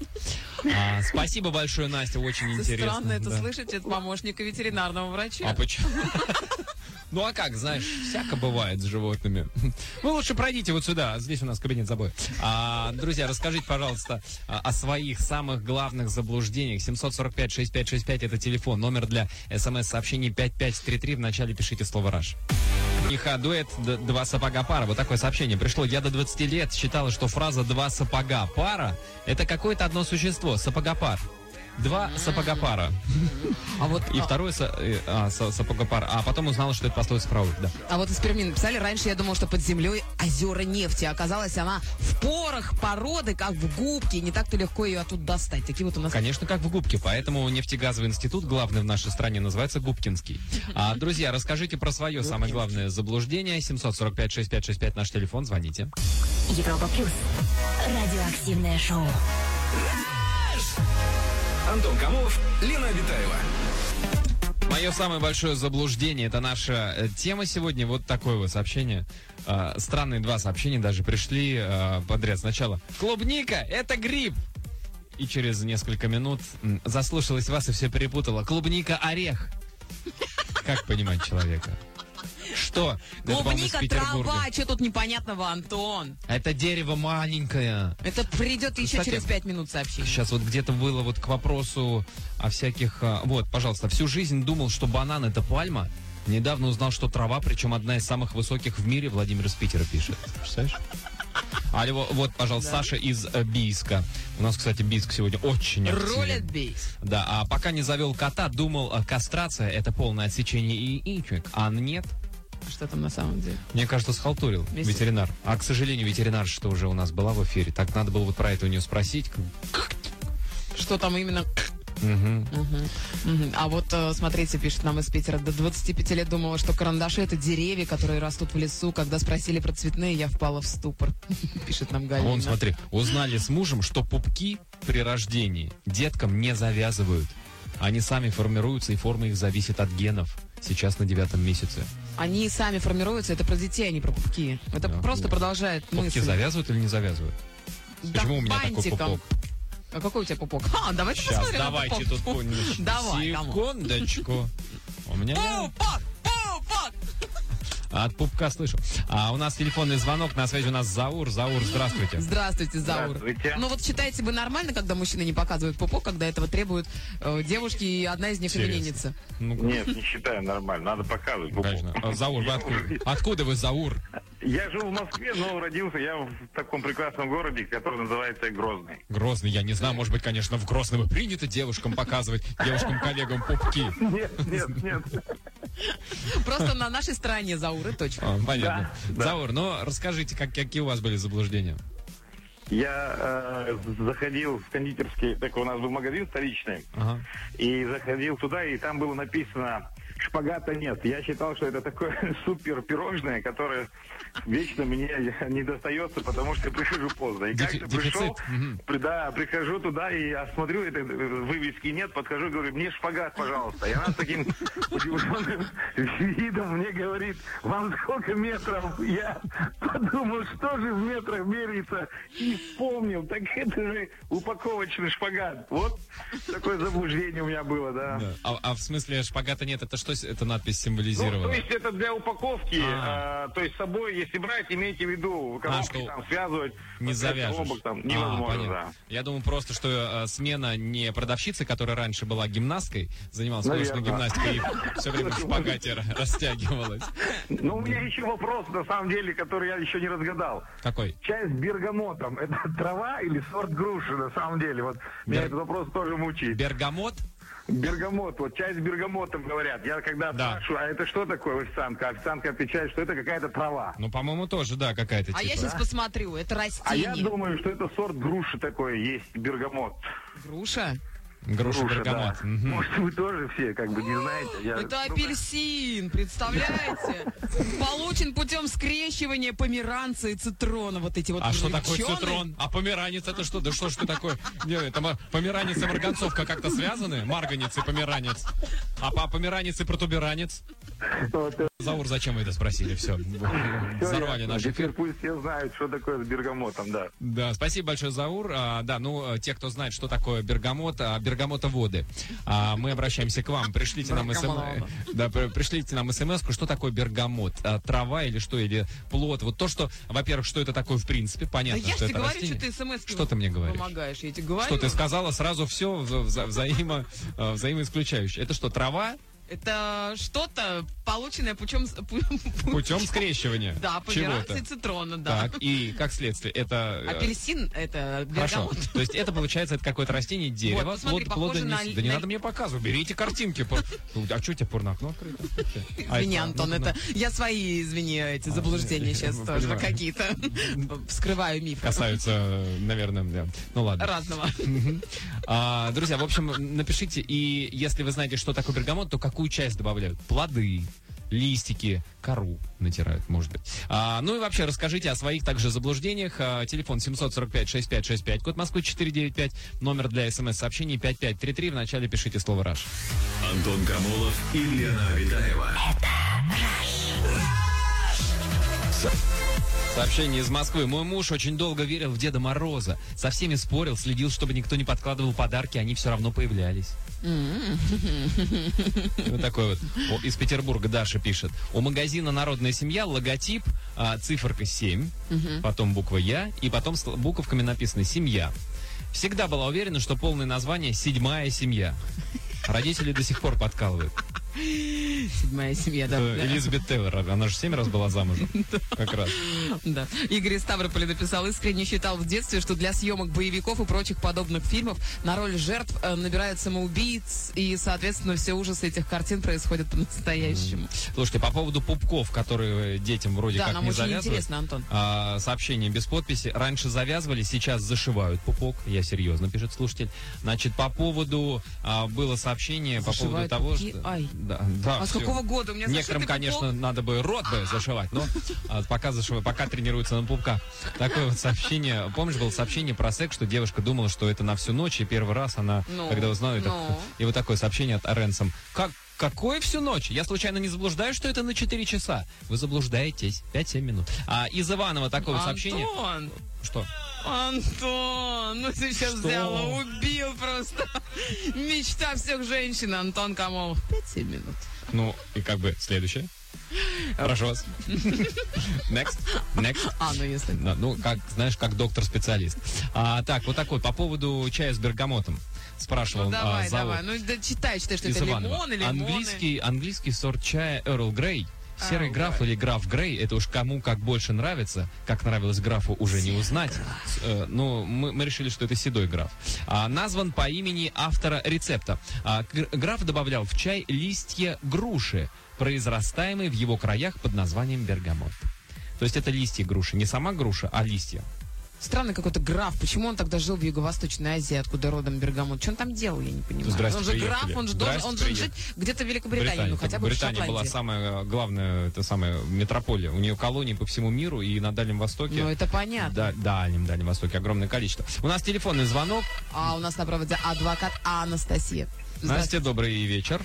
А, спасибо большое, Настя, очень
Это
интересно.
Странно это
да.
слышать от помощника ветеринарного
А
врача.
почему? Ну а как, знаешь, всяко бывает с животными. Вы лучше пройдите вот сюда, здесь у нас кабинет забой. А, друзья, расскажите, пожалуйста, а, о своих самых главных заблуждениях. 745-6565 это телефон, номер для смс-сообщений 5533, вначале пишите слово «РАШ». жениха дуэт д- «Два сапога пара». Вот такое сообщение пришло. Я до 20 лет считала, что фраза «два сапога пара» — это какое-то одно существо, сапогопар. Два сапога пара.
А вот,
И
а,
второй со- э, а, со- сапогопар. А потом узнала, что это пословица про утро, да.
а вот из Перми написали, раньше я думал, что под землей озера нефти. А Оказалось, она в порах породы, как в губке. Не так-то легко ее оттуда достать. Такие вот у нас...
Конечно, как в губке. Поэтому нефтегазовый институт, главный в нашей стране, называется Губкинский. А, друзья, расскажите про свое самое главное заблуждение. 745-6565 наш телефон, звоните.
Европа плюс. Радиоактивное шоу.
Антон Камолов, Лена Обитаева.
Мое самое большое заблуждение, это наша э, тема сегодня. Вот такое вот сообщение. А, странные два сообщения даже пришли а, подряд. Сначала «Клубника – это гриб!» И через несколько минут м, заслушалась вас и все перепутала. «Клубника – орех!» Как понимать человека? Что? Это, по-моему, из
Клубника,
Петербурга.
трава, что тут непонятного, Антон?
Это дерево маленькое.
Это придет еще
Кстати,
через пять минут сообщение.
Сейчас вот где-то было вот к вопросу о всяких... а, Вот, пожалуйста, всю жизнь думал, что банан это пальма. Недавно узнал, что трава, причем одна из самых высоких в мире, Владимир из Питера пишет. Представляешь? А его- вот, пожалуйста, Саша из э, Бийска. У нас, кстати, Бийск сегодня очень активен.
Рулет бейс.
Да, а пока не завел кота, думал, а, кастрация это полное отсечение яичек. А нет,
Что там на самом деле?
мне кажется, схалтурил
Вместе.
ветеринар. А, к сожалению, ветеринар, что уже у нас была в эфире, так надо было вот про это у нее спросить.
Что там именно?
Мгм.
Мгм. Мгм. А вот, э, смотрите, пишет нам из Питера, до 25 лет думала, что карандаши это деревья, которые растут в лесу. Когда спросили про цветные, я впала в ступор, пишет нам
А
Галина.
Вон, смотри, узнали с мужем, что пупки при рождении деткам не завязывают. Они сами формируются, и форма их зависит от генов. Сейчас на девятом месяце.
Они сами формируются, это про детей, а не про пупки. Это
Да,
просто
ну,
продолжает
Пупки
мысль.
завязывают или не завязывают?
Да
Почему у меня такой
бантиком.
пупок?
А какой у тебя пупок? А, давайте
Сейчас,
посмотрим на
давайте
пупок.
тут пон-
Давай, давай.
Секундочку. У меня...
Пупок, пупок.
От пупка слышу. А у нас телефонный звонок, на связи у нас Заур. Заур, здравствуйте.
Здравствуйте, Заур.
Здравствуйте.
Ну вот считаете вы нормально, когда мужчины не показывают пупок, когда этого требуют э, девушки, и одна из них
Интересно.
именинница?
Ну,
Нет, не считаю нормально, надо показывать. пупок.
конечно. А, Заур, вы откуда? Откуда вы, Заур?
Я жил в Москве, но родился я в таком прекрасном городе, который называется Грозный.
Грозный, я не знаю, может быть, конечно, в Грозном и принято девушкам показывать, девушкам-коллегам пупки.
Нет, нет, нет.
Просто на нашей стороне Зауры, точка.
А, понятно.
Да, да.
Заур, ну расскажите, как, какие у вас были заблуждения?
Я э, заходил в кондитерский, так у нас был магазин столичный,
Ага.
и заходил туда, и там было написано «Шпагата нет». Я считал, что это такое супер пирожное, которое вечно мне не достается, потому что я прихожу поздно. И
Дефи-
как-то
дефицит.
пришел,
Мгм.
при- да, прихожу туда и а, смотрю, это э, вывески нет, подхожу, говорю, мне шпагат, пожалуйста. И она с таким удивленным видом мне говорит, вам сколько метров? Я подумал, что же в метрах меряется? И вспомнил, так это же упаковочный шпагат. Вот такое заблуждение у меня было, да.
Да. А, а в смысле шпагата нет, это что с- эта надпись
Ну,
символизировала?
то есть это для упаковки,
А.
а, то есть с собой, если брать, имейте в виду, коробки
что
там связывать,
не
пакет
завяжешь.
коробок там
А,
невозможно,
понятно.
да.
Я думал просто, что э, смена не продавщицы, которая раньше была гимнасткой, занималась художественной
Наверно.
гимнастикой и все время в шпагате ра- растягивалась.
Ну, у меня еще вопрос, на самом деле, который я еще не разгадал.
Какой?
Чай с бергамотом – это трава или сорт груши, на самом деле? Вот меня
Бер-
этот вопрос тоже мучает.
Бергамот?
Бергамот, вот чай с бергамотом говорят. Я когда
Да.
спрашиваю, а это что такое официантка? Официантка отвечает, что это какая-то трава.
Ну, по-моему, тоже, да, какая-то
А я
типа.
сейчас посмотрю, это
А я
растение.
думаю, что это сорт груши такой есть, бергамот.
Груша?
Груша,
Груша, да.
бергамот. Мгм.
Может, вы тоже все как бы не знаете. Я-
Это
ну,
апельсин, представляете? Получен путем скрещивания померанца и цитрона. Вот эти вот
А что такое
жевчёные.
цитрон? А померанец это что? Да что ж ты такое? Не, это ма- померанец и марганцовка как-то связаны? Марганец и померанец. А по- померанец и протуберанец?
Вот, э,
Заур, зачем вы это спросили? Все.
всё
Взорвали
ясно.
наш
Теперь
эфир.
пусть все знают, что такое с бергамотом, да.
Да, спасибо большое, Заур. А, да, ну, э, те, кто знает, что такое бергамот, а, бергамота воды, а, мы обращаемся к вам. Пришлите нам, смс,
Бергамота.
да, при- пришлите нам смс что такое бергамот. А, трава или что, или плод. Вот то, что, во-первых, что это такое в принципе,
Да
понятно,
я
что
же
это
тебе говорю, что
растение.
ты смс
Что ты мне говоришь?
Помогаешь, я тебе говорю.
Что ты сказала сразу все вза- вза- взаимо, э, взаимоисключающее. Это что, трава?
Это что-то, полученное путем... с- пу- пу-
Путем скрещивания.
Да,
Чего-то.
померанца и цитрона, да.
Так, и как следствие, это... э,
Апельсин — это
Хорошо. А
бергамот.
То есть это получается это какое-то растение, дерево,
Вот, посмотри,
плод- плода
похоже
не...
на-
с- Да не
на-
надо мне показывать, берите картинки. по- Ну, А что у тебя порноокно открыто? А
Извини, Антон,
ну, ну, А,
это... Я свои, извини, эти заблуждения сейчас
я
тоже
понимаю.
какие-то. Вскрываю мифы.
Касаются, э, наверное, да. Ну ладно.
Разного.
А, друзья, в общем, напишите, и если вы знаете, что такое бергамот, то какую часть добавляют? Плоды, листики, кору натирают, может быть. А, ну и вообще расскажите о своих также заблуждениях. А, телефон 745-6565, код Москвы 495, номер для смс-сообщений 5533. Вначале пишите слово «Раш».
Антон Камолов и Лена Обитаева.
Сообщение из Москвы. Мой муж очень долго верил в Деда Мороза. Со всеми спорил, следил, чтобы никто не подкладывал подарки, они все равно появлялись. Вот такой вот. О, из Петербурга Даша пишет. У магазина «Народная семья» логотип, а, циферка 7, потом буква «Я», и потом с буковками написано «Семья». Всегда была уверена, что полное название «Седьмая семья». Родители до сих пор подкалывают.
Седьмая семья, да.
Э,
да.
Элизабет Тейлор, она же семь раз была замужем. Как раз.
Да. Игорь из Ставрополя написал, искренне считал в детстве, что для съемок боевиков и прочих подобных фильмов на роль жертв э, набирают самоубийц, и, соответственно, все ужасы этих картин происходят по-настоящему.
Слушайте, по поводу пупков, которые детям вроде
Да,
как
нам
не
очень
завязывают.
интересно, Антон.
А, сообщение без подписи. Раньше завязывали, сейчас зашивают пупок. Я серьезно, пишет слушатель. Значит, по поводу... а, было сообщение
Зашивают
по поводу
пупки?
того, что...
Ай.
Да, да,
А с
всё.
какого года? У меня
Некоторым,
зашитый пупок.
конечно, надо бы рот бы зашивать, но а, пока зашивают, пока тренируются на пупках. Такое вот сообщение. Помнишь, было сообщение про секс, что девушка думала, что это на всю ночь, и первый раз она,
Ну,
когда узнала, это-
ну.
и вот такое сообщение от Аренсом. Как Какое всю ночь? Я случайно не заблуждаюсь, что это на 4 часа? Вы заблуждаетесь. 5-7 минут. А из Иванова такое сообщение.
Антон,
Что?
Антон, ну ты сейчас
Что?
взял, убил просто. Мечта всех женщин, Антон Камолов. Пять-семь минут.
Ну, и как бы следующее. Прошу вас. Next. Next.
А, ну если...
Да, ну, как, знаешь, как доктор-специалист. А, так, вот такой, по поводу чая с бергамотом. Спрашивал
Ну
а,
давай,
зовут
давай. Ну да, читай, читай, что
из
это
Иванова.
лимон или лимоны. А,
английский, английский сорт чая Earl Grey. Серый
Earl
граф
Grey.
или граф Грей, это уж кому как больше нравится, как нравилось графу уже не узнать. С- э, ну, мы, мы решили, что это седой граф. А, назван по имени автора рецепта. А, гр- граф добавлял в чай листья груши, произрастаемые в его краях под названием бергамот. То есть это листья груши, не сама груша, а листья.
Странный какой-то граф. Почему он тогда жил в Юго-Восточной Азии, откуда родом Бергамот? Что он там делал, я не понимаю.
Здрасте,
он же
приехали.
граф, он же должен, он
Здрасте,
должен жить где-то в Великобритании, ну хотя бы в
Британия
Шотландии.
была самая э, главная, это самая метрополия. У нее колонии по всему миру и на Дальнем Востоке.
Ну это понятно.
Да, Дальнем, Дальнем Востоке огромное количество. У нас телефонный звонок.
А у нас на проводе адвокат Анастасия.
Настя, добрый вечер.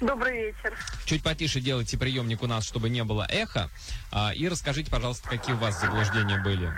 Добрый вечер.
Чуть потише делайте приемник у нас, чтобы не было эхо. А, и расскажите, пожалуйста, какие у вас заблуждения были.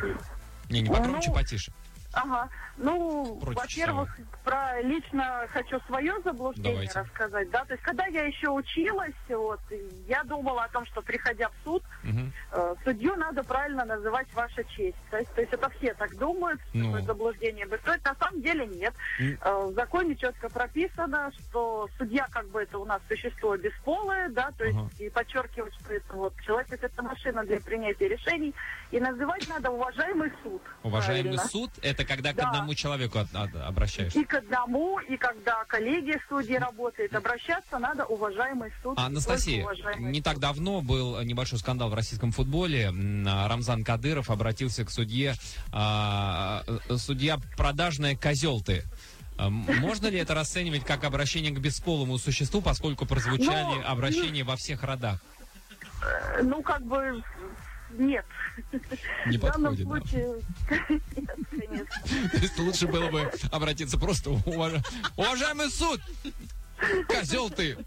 Не, не погромче,
Ну,
потише.
Ага. Ну,
Против
во-первых, про лично хочу свое заблуждение
Давайте.
рассказать. Да, то есть, когда я еще училась, вот, и я думала о том, что приходя в суд,
Мгм.
э, судью надо правильно называть ваша честь. То есть, то есть это все так думают, что
Ну.
такое заблуждение бытует. На самом деле нет.
М.
Э, в законе четко прописано, что судья как бы это у нас существо бесполое, да, то есть
Ага.
и подчеркивать, что это вот человек, то есть это машина для принятия решений. И называть надо уважаемый суд.
Уважаемый
правильно.
суд, это когда к
Да.
одному человеку от- от- обращаешься.
И к одному, и когда коллеги судьи работают, обращаться надо уважаемый суд.
А, Анастасия,
Только уважаемый
не
суд.
так давно был небольшой скандал в российском футболе. М, а, Рамзан Кадыров обратился к судье. а, э, Судья продажная козел ты. А, м, Можно ли это расценивать как обращение к бесполому существу, поскольку прозвучали
Ну,
обращения во всех родах?
Э, Ну, как бы, нет.
Не
в данном
подходит, да.
случае, нет, конечно.
То есть лучше было бы обратиться просто уваж- уважаемый суд! Козел ты!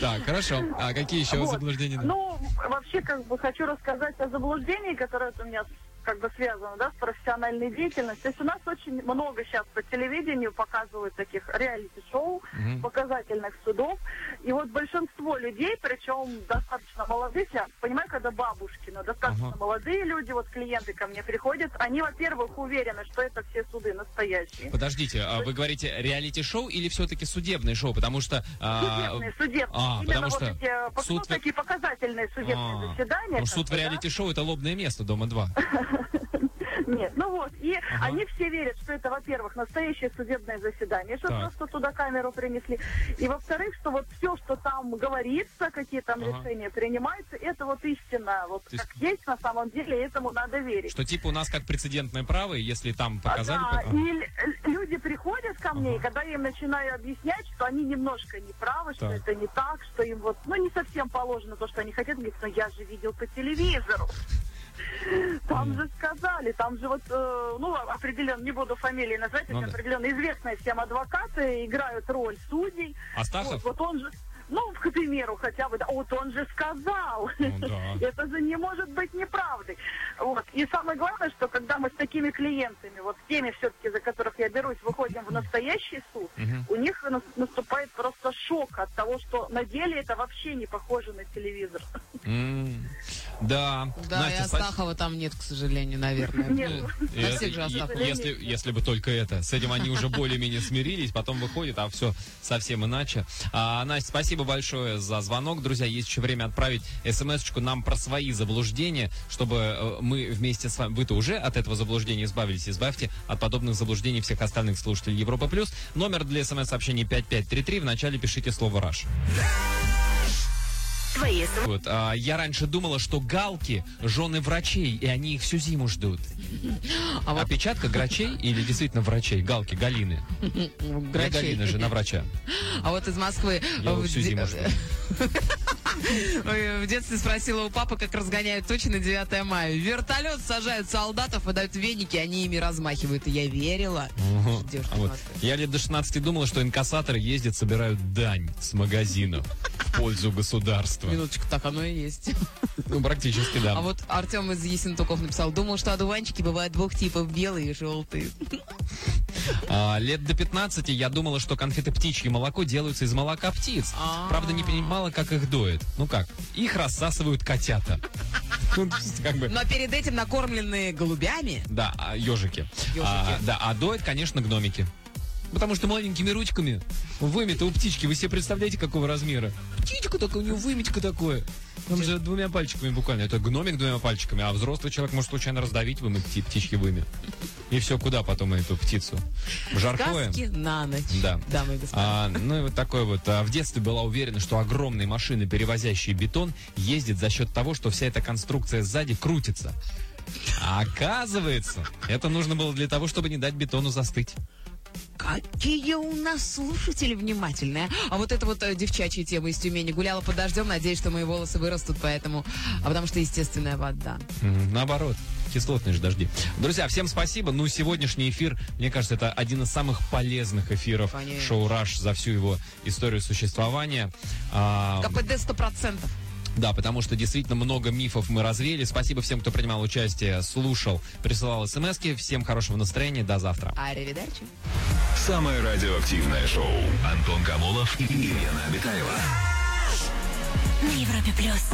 Так, хорошо. А какие еще
Вот.
заблуждения?
Ну, вообще, как бы, хочу рассказать о заблуждении, которое вот у меня как бы связано, да, с профессиональной деятельностью. То есть у нас очень много сейчас по телевидению показывают таких реалити-шоу,
Мгм.
показательных судов. И вот большинство людей, причем достаточно молодых, я понимаю, когда бабушки, но достаточно
Ага.
молодые люди, вот клиенты ко мне приходят, они, во-первых, уверены, что это все суды настоящие.
Подождите, а вы говорите реалити-шоу или все-таки судебное шоу? Потому что... а,
Судебные, судебные.
а,
Именно
потому
вот
что
эти, э, пок- ну,
суд в-
такие показательные судебные
а,
заседания.
ну,
как
суд в
бы, да.
реалити-шоу это лобное место дома 2.
Нет, ну вот, и они все верят, что это, во-первых, настоящее судебное заседание, что
Так.
просто туда камеру принесли, и, во-вторых, что вот все, что там говорится, какие там
Ага.
решения принимаются, это вот истина, вот
То есть-
как есть на самом деле, и этому надо верить.
Что типа у нас как прецедентное право, и если там
А,
показали...
да,
как- а.
и л- люди приходят ко мне, и когда я им начинаю объяснять, что они немножко неправы, что
Так.
это не так, что им вот, ну, не совсем положено то, что они хотят, говорят, но я же видел по телевизору. Там же сказали, там же вот, э, ну, определенно, не буду фамилии назвать,
Ну
это
да.
определенно известные всем адвокаты играют роль судей.
Астахов?
Вот, вот он же, ну, к примеру, хотя бы, да, вот он же сказал.
Ну да.
Это же не может быть неправдой. Вот. И самое главное, что когда мы с такими клиентами, вот с теми все-таки, за которых я берусь, выходим в настоящий суд,
Мгм.
у них нас- наступает просто шок от того, что на деле это вообще не похоже на телевизор.
М. Да.
Да,
Настя,
и Астахова там нет, к сожалению, наверное.
Нет.
Ну,
И
На
это-
всех же
и-
Астаховых.
если, если бы только это. С этим они уже более-менее смирились, потом выходит, а все совсем иначе. А, Настя, спасибо большое за звонок. Друзья, есть еще время отправить смс-очку нам про свои заблуждения, чтобы э, мы вместе с вами... Вы-то уже от этого заблуждения избавились. Избавьте от подобных заблуждений всех остальных слушателей Европа+. плюс. Номер для смс-сообщений 5533. Вначале пишите слово «Раш».
Твои смс
Вот, а, я раньше думала, что галки жены врачей, и они их всю зиму ждут.
А вот
Опечатка грачей или действительно врачей? Галки, галины.
м,
Я
Ну, грачей.
Галина, жена врача.
А вот из Москвы
Я его
в
всю
де-
зиму жду.
Э, В детстве спросила у папы, как разгоняют тучи на 9 мая. В Вертолет сажают солдатов, выдают веники, они ими размахивают. И я верила.
Мгм.
Девушка
А
из
вот
Москвы.
Я лет до 16 думала, что инкассаторы ездят, собирают дань с магазинов в пользу государства.
Минуточку, так оно и есть.
Ну, практически, да.
А вот Артем из Есентуков написал, думал, что одуванчики бывают двух типов, белые и желтые.
А, лет до 15 я думала, что конфеты птичье молоко делаются из молока птиц.
А.
Правда, не понимала, как их доят. Ну как, их рассасывают котята. Ну, то есть, как бы...
Но перед этим накормленные голубями.
Да, а, ежики.
Ёжики.
А, да, а доят, конечно, гномики. Потому что маленькими ручками вымета у птички. Вы себе представляете, какого размера? Птичка такая, у нее выметка такое. Там же двумя пальчиками буквально. Это гномик двумя пальчиками, а взрослый человек может случайно раздавить вымя пти- птички вымя. И все, куда потом эту птицу? В жаркое?
Сказки на ночь.
Да.
Дамы и господа.
А, ну и вот такой вот. А, в детстве была уверена, что огромные машины, перевозящие бетон, ездят за счет того, что вся эта конструкция сзади крутится. А оказывается, это нужно было для того, чтобы не дать бетону застыть.
Какие у нас слушатели внимательные. А вот это вот э, девчачья тема из Тюмени. Гуляла под дождем, надеюсь, что мои волосы вырастут, поэтому... А потому что естественная вода.
М, Наоборот, кислотные же дожди. Друзья, всем спасибо. Ну, сегодняшний эфир, мне кажется, это один из самых полезных эфиров
Конечно.
шоу «Раш» за всю его историю существования. А,
КПД 100%.
Да, потому что действительно много мифов мы развеяли. Спасибо всем, кто принимал участие, слушал, присылал смс Всем хорошего настроения. До завтра.
Аривидерчи.
Самое радиоактивное шоу. Антон Камолов и Елена Абитаева.
на Европе плюс.